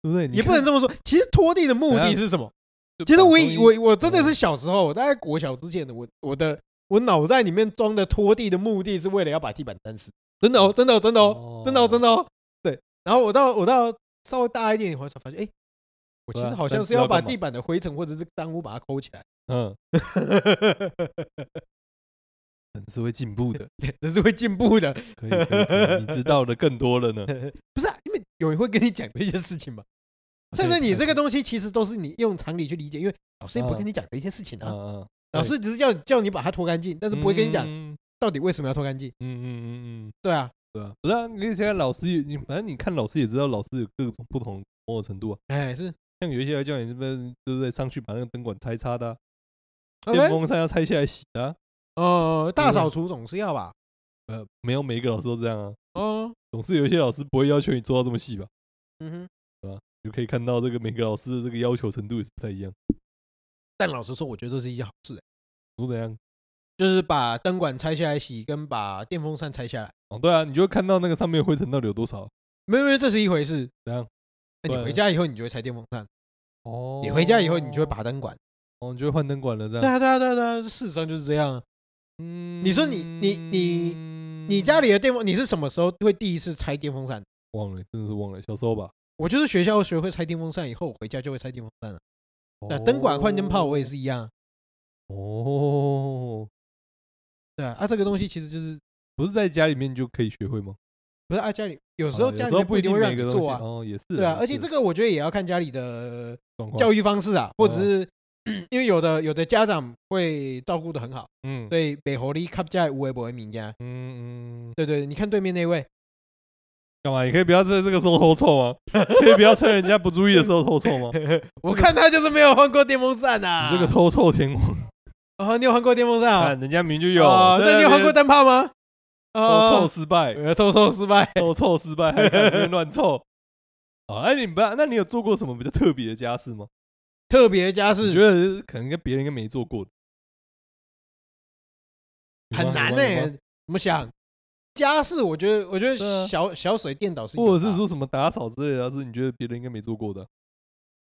对不对？你
也不
看
能这么说。其实拖地的目
等
的
下
是什么？
就
其实
把
我
东
以
西嗯
我我真的是小时候，我大概国小之前的我我的我脑袋里面装的拖地的目的是为了要把地板沾湿，真的哦，真的哦，真的哦，真的哦，真的哦。对，然后我到我到稍微大一点以后才发现，哎，我其
对
实
啊
好
沾
像
湿
是
要
要把
干嘛
地板的灰尘或者是脏污把它抠起来， [LAUGHS]
嗯， [LAUGHS] 人是会进步的，
这是会进步的。
可以可以可以，你知道的更多了
[LAUGHS]
呢。
不是、啊，因为有人会跟你讲这些事情嘛。 [LAUGHS] 所以说你这个东西其实都是你用常理去理解，因为老师也不会跟你讲这些事情啊。
嗯嗯，
老师只是叫叫你把它拖干净，但
但
是不会跟你讲
嗯
到底为什么要拖干净。
嗯嗯嗯嗯，
对啊，
对啊，不是啊，你现在老师也，你反正你看老师也知道老师有各种不同磨的程度啊，
哎是
像有一些还叫你是不是对不对上去把那个灯管拆擦的啊，电
OK
风扇要拆下来洗的啊，
哦，大扫除总是要吧？
呃，没有每一个老师都这样啊，
哦，
总是有一些老师不会要求你做到这么细吧，
嗯哼。
就可以看到这个每个老师的这个要求程度也是不太一样。
但老实说，我觉得这是一件好事、哎
你说怎样？
就是把灯管拆下来洗，跟把电风扇拆下来，
哦，对啊，你就会看到那个上面灰尘到底有多少。
没有没有，这是一回事。
怎样
那你
对
回家以后，你就会拆电风扇；
哦
你回家以后，你就会拔灯管。
哦，你就会换灯管了这
对
样。
啊，对啊，对啊，对啊，事实上就是这样啊。
嗯
你说你你你你家里的电风，你是什么时候会第一次拆电风扇？
忘了，真的是忘了，小时候吧。
我就是学校学会拆电风扇以后，我回家就会拆电风扇了。对啊，灯管换灯泡我也是一样啊。
哦，
对啊，啊，这个东西其实就是
不是在家里面就可以学会吗？
不是啊，家里有
有
时候
哦有
家
时
里
候
面
不
不一定会让
每
你
个
做啊。
哦，也是
对啊，而且这
个
个我觉得也要看家里的教
育，
育方式啊，或者
哦
是因为有的有的家长会照顾的很好，
嗯
所以北侯利看家无为不为民家。
嗯嗯，
啊对对，你看对面那位，
干嘛？你可以不要在这个时候偷臭吗？ [LAUGHS] 可以不要趁人家不注意的时候
[LAUGHS]
偷臭吗？
我看他就是没有换过电风扇
你
啊。
这个偷臭天王，
啊，你有换过电风扇啊？
看人家明明就有，
哦，
在
那你有
边
换过灯泡吗？
偷
哦
臭，失败，
呃偷臭失
[LAUGHS]
败。
偷臭失败，还敢在那边乱臭。啊，哎，你不，那你有做过什么比较特别的家事吗？
特别家
你
事
觉得可能跟别人应该没做过的，有吗啊
很难欸呢、
有吗有吗
怎么想？家事，我觉得，我觉
对啊
得小小水电导是有吧，
或者是说什么打扫之类的啊，是你觉得别人应该没做过的？啊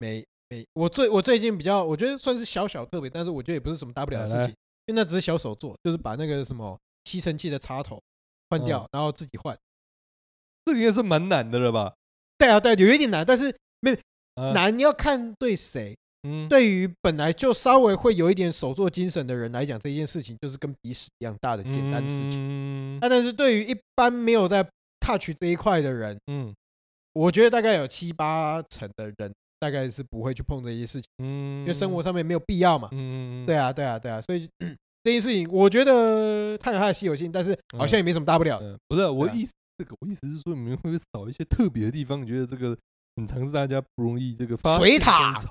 没没，我最我最近比较，我觉得算是小小特别，但是我觉得也不是什么大不了的事
哎来来
情，因为那只是小手做，就是把那个什么吸尘器的插头换
嗯
掉，然后自己换。
这个应该是蛮难的了吧？
对啊，对啊，有一点难，但是
啊，
难要看对谁。
嗯，
对于本来就稍微会有一点手作精神的人来讲，这件事情就是跟鼻屎一样大的
嗯，
简单事情。
情
那、但是对于一般没有在 touch 这一块的人，
嗯
我觉得大概有七八成的人大概是不会去碰这些事情，
嗯，
因为生活上面没有必要嘛。
嗯，嗯嗯，
对啊，对啊，对啊，所以 [CLEARS THROAT] 这件事情，我觉得它有它的稀有性，但是好像也没什么大不了的。
嗯，不是我
啊
意思，这个我意思是说，你们会不会找一些特别的地方？你觉得这个很常是大家不容易这个发
水
现的
塔
东西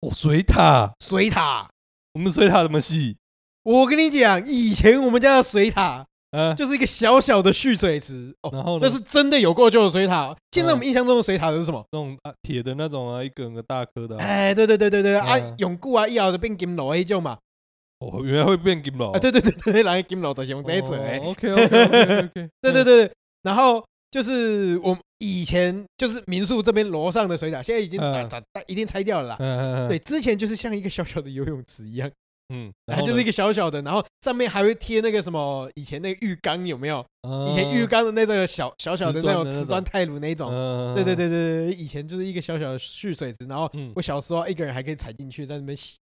哦，水塔，
水塔，
我们水塔怎么洗？
我跟你讲，以前我们家的水塔
啊，
就是一个小小的蓄水池哦，
然后呢？
那是真的有够旧的水塔。哦现在我们
嗯
印象中的水塔是什么？
那种啊铁的那种啊，一个整个大颗的啊。
哎，对对对对对啊
嗯，
永固啊，一熬的变金楼 A 就嘛
哦，原来会变金哦了
啊，对对对对，来金楼的用这一种哎，
OK OK OK OK，
[LAUGHS] 对对对，对然后就是我们以前就是民宿这边楼上的水塔，现在已经打
嗯
打打一定拆掉了啦。
[LAUGHS] 嗯，嗯，
对，之前就是像一个小小的游泳池一样，
嗯，然
它
后
就是一
个
个小小的，然后上面还会贴那个什么以前那个浴缸有没有？以前浴
预告，
缸的那个小小小的那
瓷砖
种
的那
瓷
种
砖泰鲁那种。
嗯嗯
对对，对对对，以前就是一个小小的蓄水池，然后
嗯，
我小时候一个人还可以踩进去，在那边洗，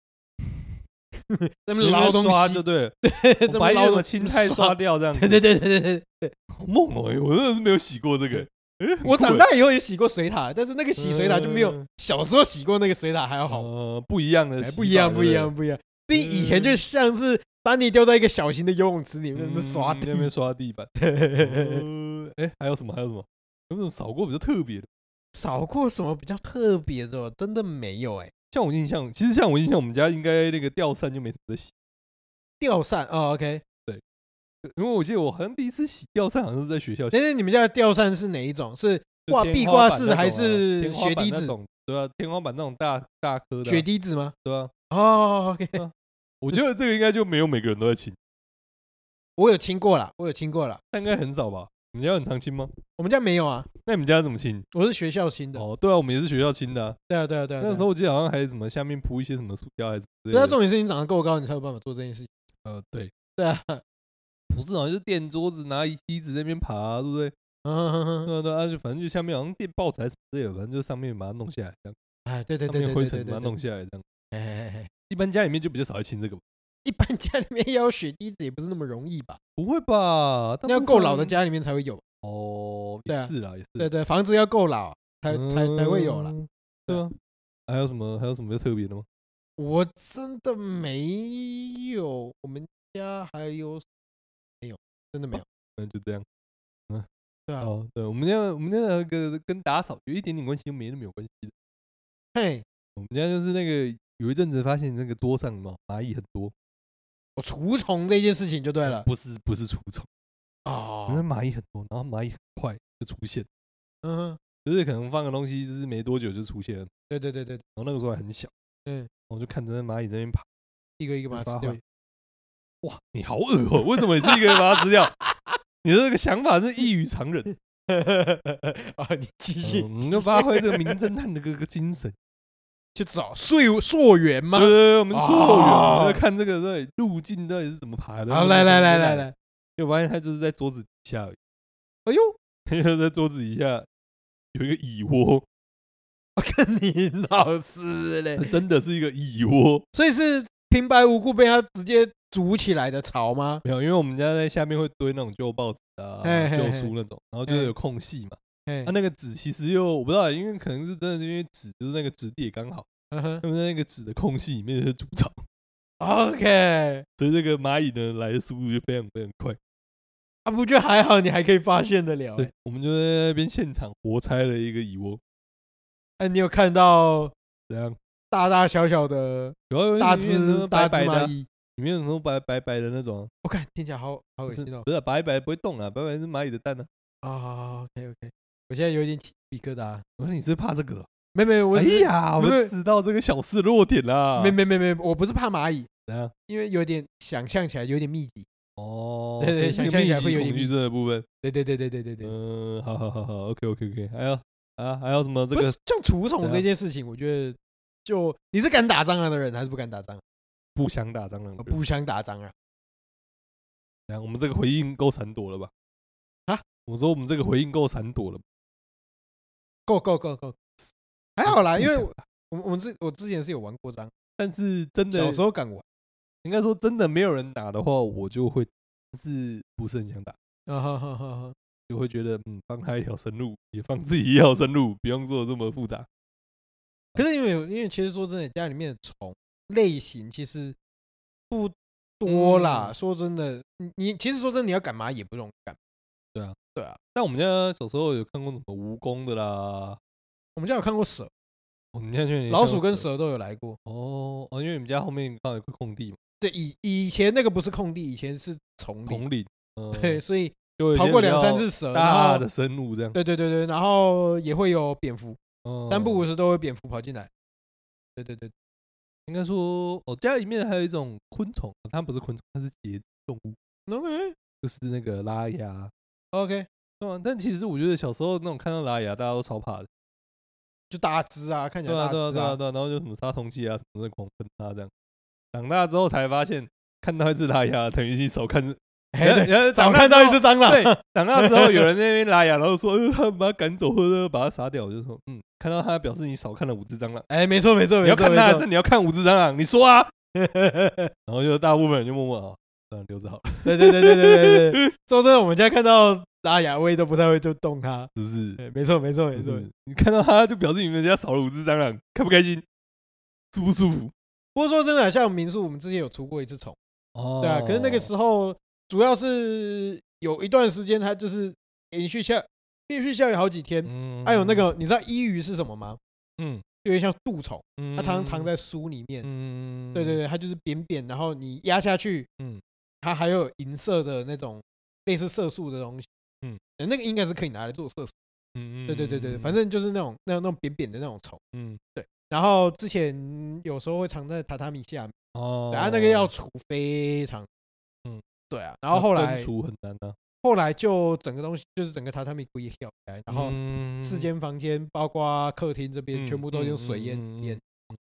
在那
你
边捞
那边
东
刷
西
就，对了，
[LAUGHS] 在那
把
边
一
捞
什么
东
青菜刷
刷。
掉这样子，
对对对对对对，
好梦哦，哎我真的是没有洗过这个，哎很
我
酷
长
哎
大以后也洗过水塔，但是那个洗水塔就没有
嗯
小时候洗过那个水塔还要好，
呃，不一样的
哎
洗法，
不一样，
对
不一样，，不一样。毕竟以前就像是把你丢在一个小型的游泳池里
对
面，什么刷
嗯
地
那，边刷地板， [LAUGHS] 呃哎，还有什么？还有什么？有没有什么扫过比较特别的？
扫过什么比较特别的哦？真的没有哎、
像我印象，其实像我印象，我们家应该那个吊扇就没什么在洗，
吊扇哦，OK。
因为我记得我好像第一次洗吊扇好像是在学校洗
但，是你们家的吊扇是哪一种？是
就
挂
天
壁挂
花板
式
那
还
种啊
是
天花
雪
板
滴
那
子
种对啊，天花板那种大大颗的啊、
雪滴子吗？
对啊，
哦，OK，
我觉得这个应该就没有每个人都在清，
我有亲过啦，我有亲过啦。
但应该很少吧？你们家很常清吗？
我们家没有啊，
那你们家怎么清？
我是学校亲的。
哦，对啊，我们也是学校清的啊、
对啊，对啊，对啊。
那时候我记得好像还有什么下面铺一些什么塑胶还是之类
对啊，那
的。
重点是你长得够高，你才有办法做这件事情。
呃，对，
对啊，
不是好哦像就是垫桌子拿椅子在那边爬、啊对不对？
嗯哼哼哼，
对啊对啊，就反正就下面好像垫报纸还是什么之类的，反正就上面把它弄下来，这样
[LAUGHS] 哎，对对
上
对对
面灰
对
尘
对
把它
对
弄
对。
下来，这样。
哎哎哎，
一般家里面就比较少会清这个吧。
一般家里面要有雪滴子也不是那么容易吧？
不会吧？大
那要
部
够
分
老的家里面才会有。
哦，
对
也
啊
是啦，也是，
对对，房子要够老才才才会有啦。
嗯。
对
对啊，还有什么还有什么特别的吗？
我真的没有，我们家还有没有？真的没有。
嗯，就这样。嗯
对啊，
哦，对，我们家我们家那个跟打扫有一点点关系，又没那么有关系的。
嘿，
我们家就是那个有一阵子发现那个桌上嘛蚂蚁很多，
我除虫这件事情就对了。
不是不是除虫，那
哦，
蚂蚁很多，然后蚂蚁很快就出现，
嗯哼，
就是可能放个东西，就是没多久就出现了。
对对对对，
然后那个时候还很小，
嗯
然后就看着那蚂蚁在那边爬，
一个一个把
就
它
发
吃掉
挥。。哇，你好恶哦、为什么你是一个人把它吃
[LAUGHS]
掉？你的这个想法是异于常人。
[LAUGHS] 啊，你继续
嗯，你就发挥这个名侦探的这个精神。
去找溯溯源吗
对？对对，我们溯源，
哦
我们在看这个对路径到底是怎么爬的。
好，来来来来，来，
就发现它就是在桌子底下而已，
哎呦，
它 [LAUGHS] 在桌子底下有一个蚁窝，
我跟你老师嘞，
真的是一个蚁窝。
所以是平白无故被他直接煮起来的巢吗？
没有，因为我们家在下面会堆那种旧报纸啊、
嘿嘿
旧
嘿
书那种，然后就是
嘿
有空隙嘛。
哎
它、，那个纸其实又我不知道，因为可能是真的是因为纸就是那个质地也刚好，
嗯哼
那么在那个纸的空隙里面就是筑巢，
，OK，
所以这个蚂蚁呢来的速度就非常非常快。
啊，不就还好，你还可以发现得了。
对，我们就在那边现场活拆了一个蚁窝，
哎，你有看到
怎样？
大大小小的
然后
大
里面有那
只
种
大
白
只
白的
蚂
啊，
蚁？
里面有那种白白白的那种啊，
我看听起来好好
不
恶
是
心哦。
不是啊白白不会动啊，白白是蚂蚁的蛋呢。
啊，OK OK，我现在有点起鸡皮疙瘩。
我说你是怕这个？
没没，我
哎
只是，
呀，我
不
们
是
知道这个小事的弱点啦。
没没没没，我不是怕蚂蚁，
怎样？
因为有点想象起来有点密集。
哦，
对对
所
想
以这个
象起
密
来
集
会有
恐
点
惧
密
症的部分。
对对对对对对对。
嗯，好好好好，OK OK OK，还有啊，还有什么这
不
个
是像除虫
对啊
这件事情，我觉得就你是敢打蟑螂的人，还是不敢打蟑螂？
不想打蟑螂
我
的人？
不想打蟑螂。
怎样我们这个回应够闪躲了吧？
啊，
我说我们这个回应够闪躲了吧，
够够够够，还好 [LAUGHS] 啦，
不
因为
想
我
打
我我们之我之前是有玩过蟑，
但是真的
小时候敢玩
应该说真的没有人打的话，我就会但是不是很想打，
啊哈哈哈哈，
就会觉得嗯，放他一条生路，也放自己一条生路，不用做的这么复杂。
可是因为因为其实说真的，家里面的虫类型其实不多啦。
嗯
说真的，你你其实说真的，你要赶蚂蚁也不容易赶。
但我们家小时候有看过什么蜈蚣的啦，哦
我们家有看过蛇，
我们家去
老鼠跟蛇都有来过。
哦哦，因为你们家后面刚好有块空地嘛，
对，以以前那个不是空地，以前是丛林。
丛林，嗯、
对，，所以
就有一
逃
些
过
比
两三
较
次蛇，然
大
后
的生物这样，
对对对对，然后也会有蝙蝠，
嗯
三不五时都会蝙蝠跑进来。对对对，
应该说哦，家里面还有一种昆虫，它不是昆虫，它是节肢动物，
OK
就是那个拉牙。
OK，
对啊，但其实我觉得小时候那种看到拉牙，大家都超怕的。
就大只啊，看起来
对啊，
大
对啊，
只
对啊，
啊。
对啊，然后就什么杀虫剂啊什么的狂喷它这样。长大之后才发现，看到一只拉牙，等于你少
[LAUGHS]
看，呃
哎，对，
然后
少看到一只。啊蟑螂。
对，长大之后有人在那边拉牙，然后说，呃，他们把它赶走或者把它杀掉，我就说，嗯，看到它表示你少看了五只蟑螂。
[LAUGHS] 哎，没错没错
你
没
要
错
看
没
它
错
是。你要看五只蟑螂，你说啊。 [LAUGHS] 然后就大部分人就默默啊，嗯，留着好了，
对对对对对对对。说真的，我们家看到拉雅我也都不太会就动它。
是不是？
哎，没错没错没
是
错
不。是你看到它就表示你们家少了五只蟑螂，开不开心？舒不舒服？
不过说真的，像民宿我们之前有除过一次虫，
哦
对啊。可是那个时候主要是有一段时间它就是连续下连续下雨好几天。
嗯
还有那，个，你知道伊鱼是什么吗？
嗯，
有点像蠹虫，它常常藏
嗯，
在书里面。
嗯，
对对对，它就是扁扁，然后你压下去，
嗯，
它还有银色的那种类似色素的东西，
嗯
呃，那个应该是可以拿来做色素。
嗯，嗯
对对对对，反，正就是那种那种那种扁扁的那种虫。
嗯嗯，
然后之前有时候会藏在榻榻米下面，
哦，
然后那个要除非常，
嗯，
对啊。然后后
那
来
根除很难的，
后来就整个东西就是整个榻榻米归掉起来，然后四
嗯，
间房间包括客厅这边
嗯
全部都用
嗯
水淹
嗯嗯嗯
淹。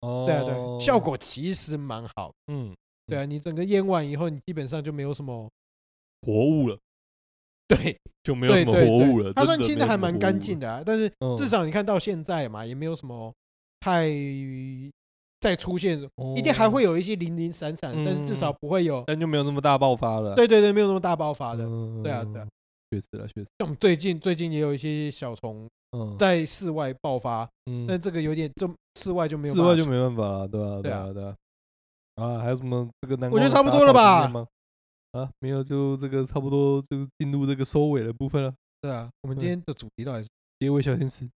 哦，
对啊对，效，果其实蛮好。
嗯，
对啊，你整个淹完以后，你基本上就没有什
[LAUGHS]
么。
活物了，
对
就没有
对
什么
对
活物了
对，，它
真
算
的
清
没
的
有
还
什么
蛮
活
干
物
净
了，
的啊，但是
嗯
至少你看到现在嘛，也没有什么太再出现什么，一定还
哦
会有一些零零散散，但是至少
嗯
不会有，
但就没有这么大爆发了。
对对对，没有那么大爆发的。
嗯，
对啊对啊
确实了，确实，
像我们最近最近也有一些小虫
嗯，
在室外爆发，但
嗯，
这个有点这室外就没有
室
办法
外就
处
没办法了，对吧？
对
对
啊
啊，对啊。啊，还有什么这个南
我
瓜
觉得
的打
差
扫
不
经验吗？
多了吧
啊，没有，就这个差不多就进入这个收尾的部分了。
对啊，我们
对
今天的主题到底是？
结尾小天使，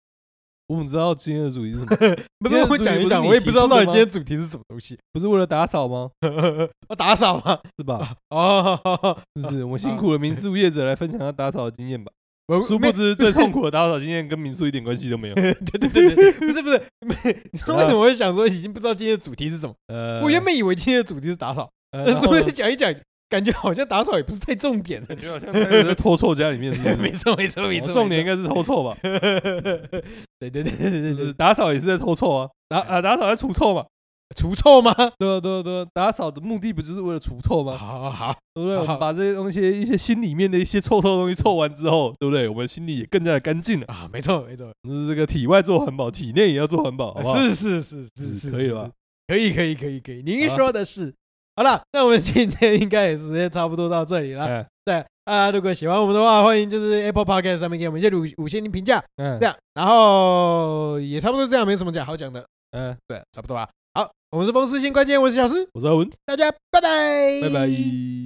我们知道今天的主题是什么？
[LAUGHS] 不
今天的
我
主
讲
题
一
不是
讲，
你
我也
提
不知道
出的
到底今
吗
天主题是什么东西。
不是为了打扫吗？
[LAUGHS] 我打扫吗？ [LAUGHS]
是吧？
哦， [LAUGHS]
是不是？我们
啊
辛苦的民宿业者来分享他打扫的经验吧。
我
殊
没。
不知，最痛苦的打扫经验跟民宿一点关系都没
[LAUGHS]
有
对对对对，不是不是，你知道为什么会想说已经不知道今天的主题是什么？
呃，
我原本以为今天的主题是打扫，
呃
但
然
是
后
我 [LAUGHS]
呢
讲一讲，感觉好像打扫也不是太重点了
感。觉好像他有 [LAUGHS] 在偷臭家里面，是不是
[LAUGHS] 没错没错没
哦
错，
重
没
点应该是偷臭
[LAUGHS]
吧？
错。对对对对对
是不
对
是，打扫也是在偷臭啊，打啊打扫在除臭嘛。
除臭吗？
对啊对啊对啊，打扫的目的不就是为了除
好
臭吗？
好好，
对不对？
好
我们把这些东西、一些心里面的一些臭臭的东西臭完之后，对不对？我们心里也更加的干净了。
啊，没错没错，
就是这个体外做环保，体内也要做环保，好不好？
是是是是是，
可以
是
吧？
可以可以可以可以，您
好啊
说的是。好了，那我们今天应该也是时间差不多到这里了。
哎
对啊，如果喜欢我们的话，欢迎就是 Apple Podcast 上面给我们一些五五星零评价。
嗯
这样，然后也差不多这样，没什么讲好讲的，
嗯，
啊对，差不多吧。好，我们是风湿性关节炎，我是小诗，
我是阿文，
大家拜拜，
拜拜。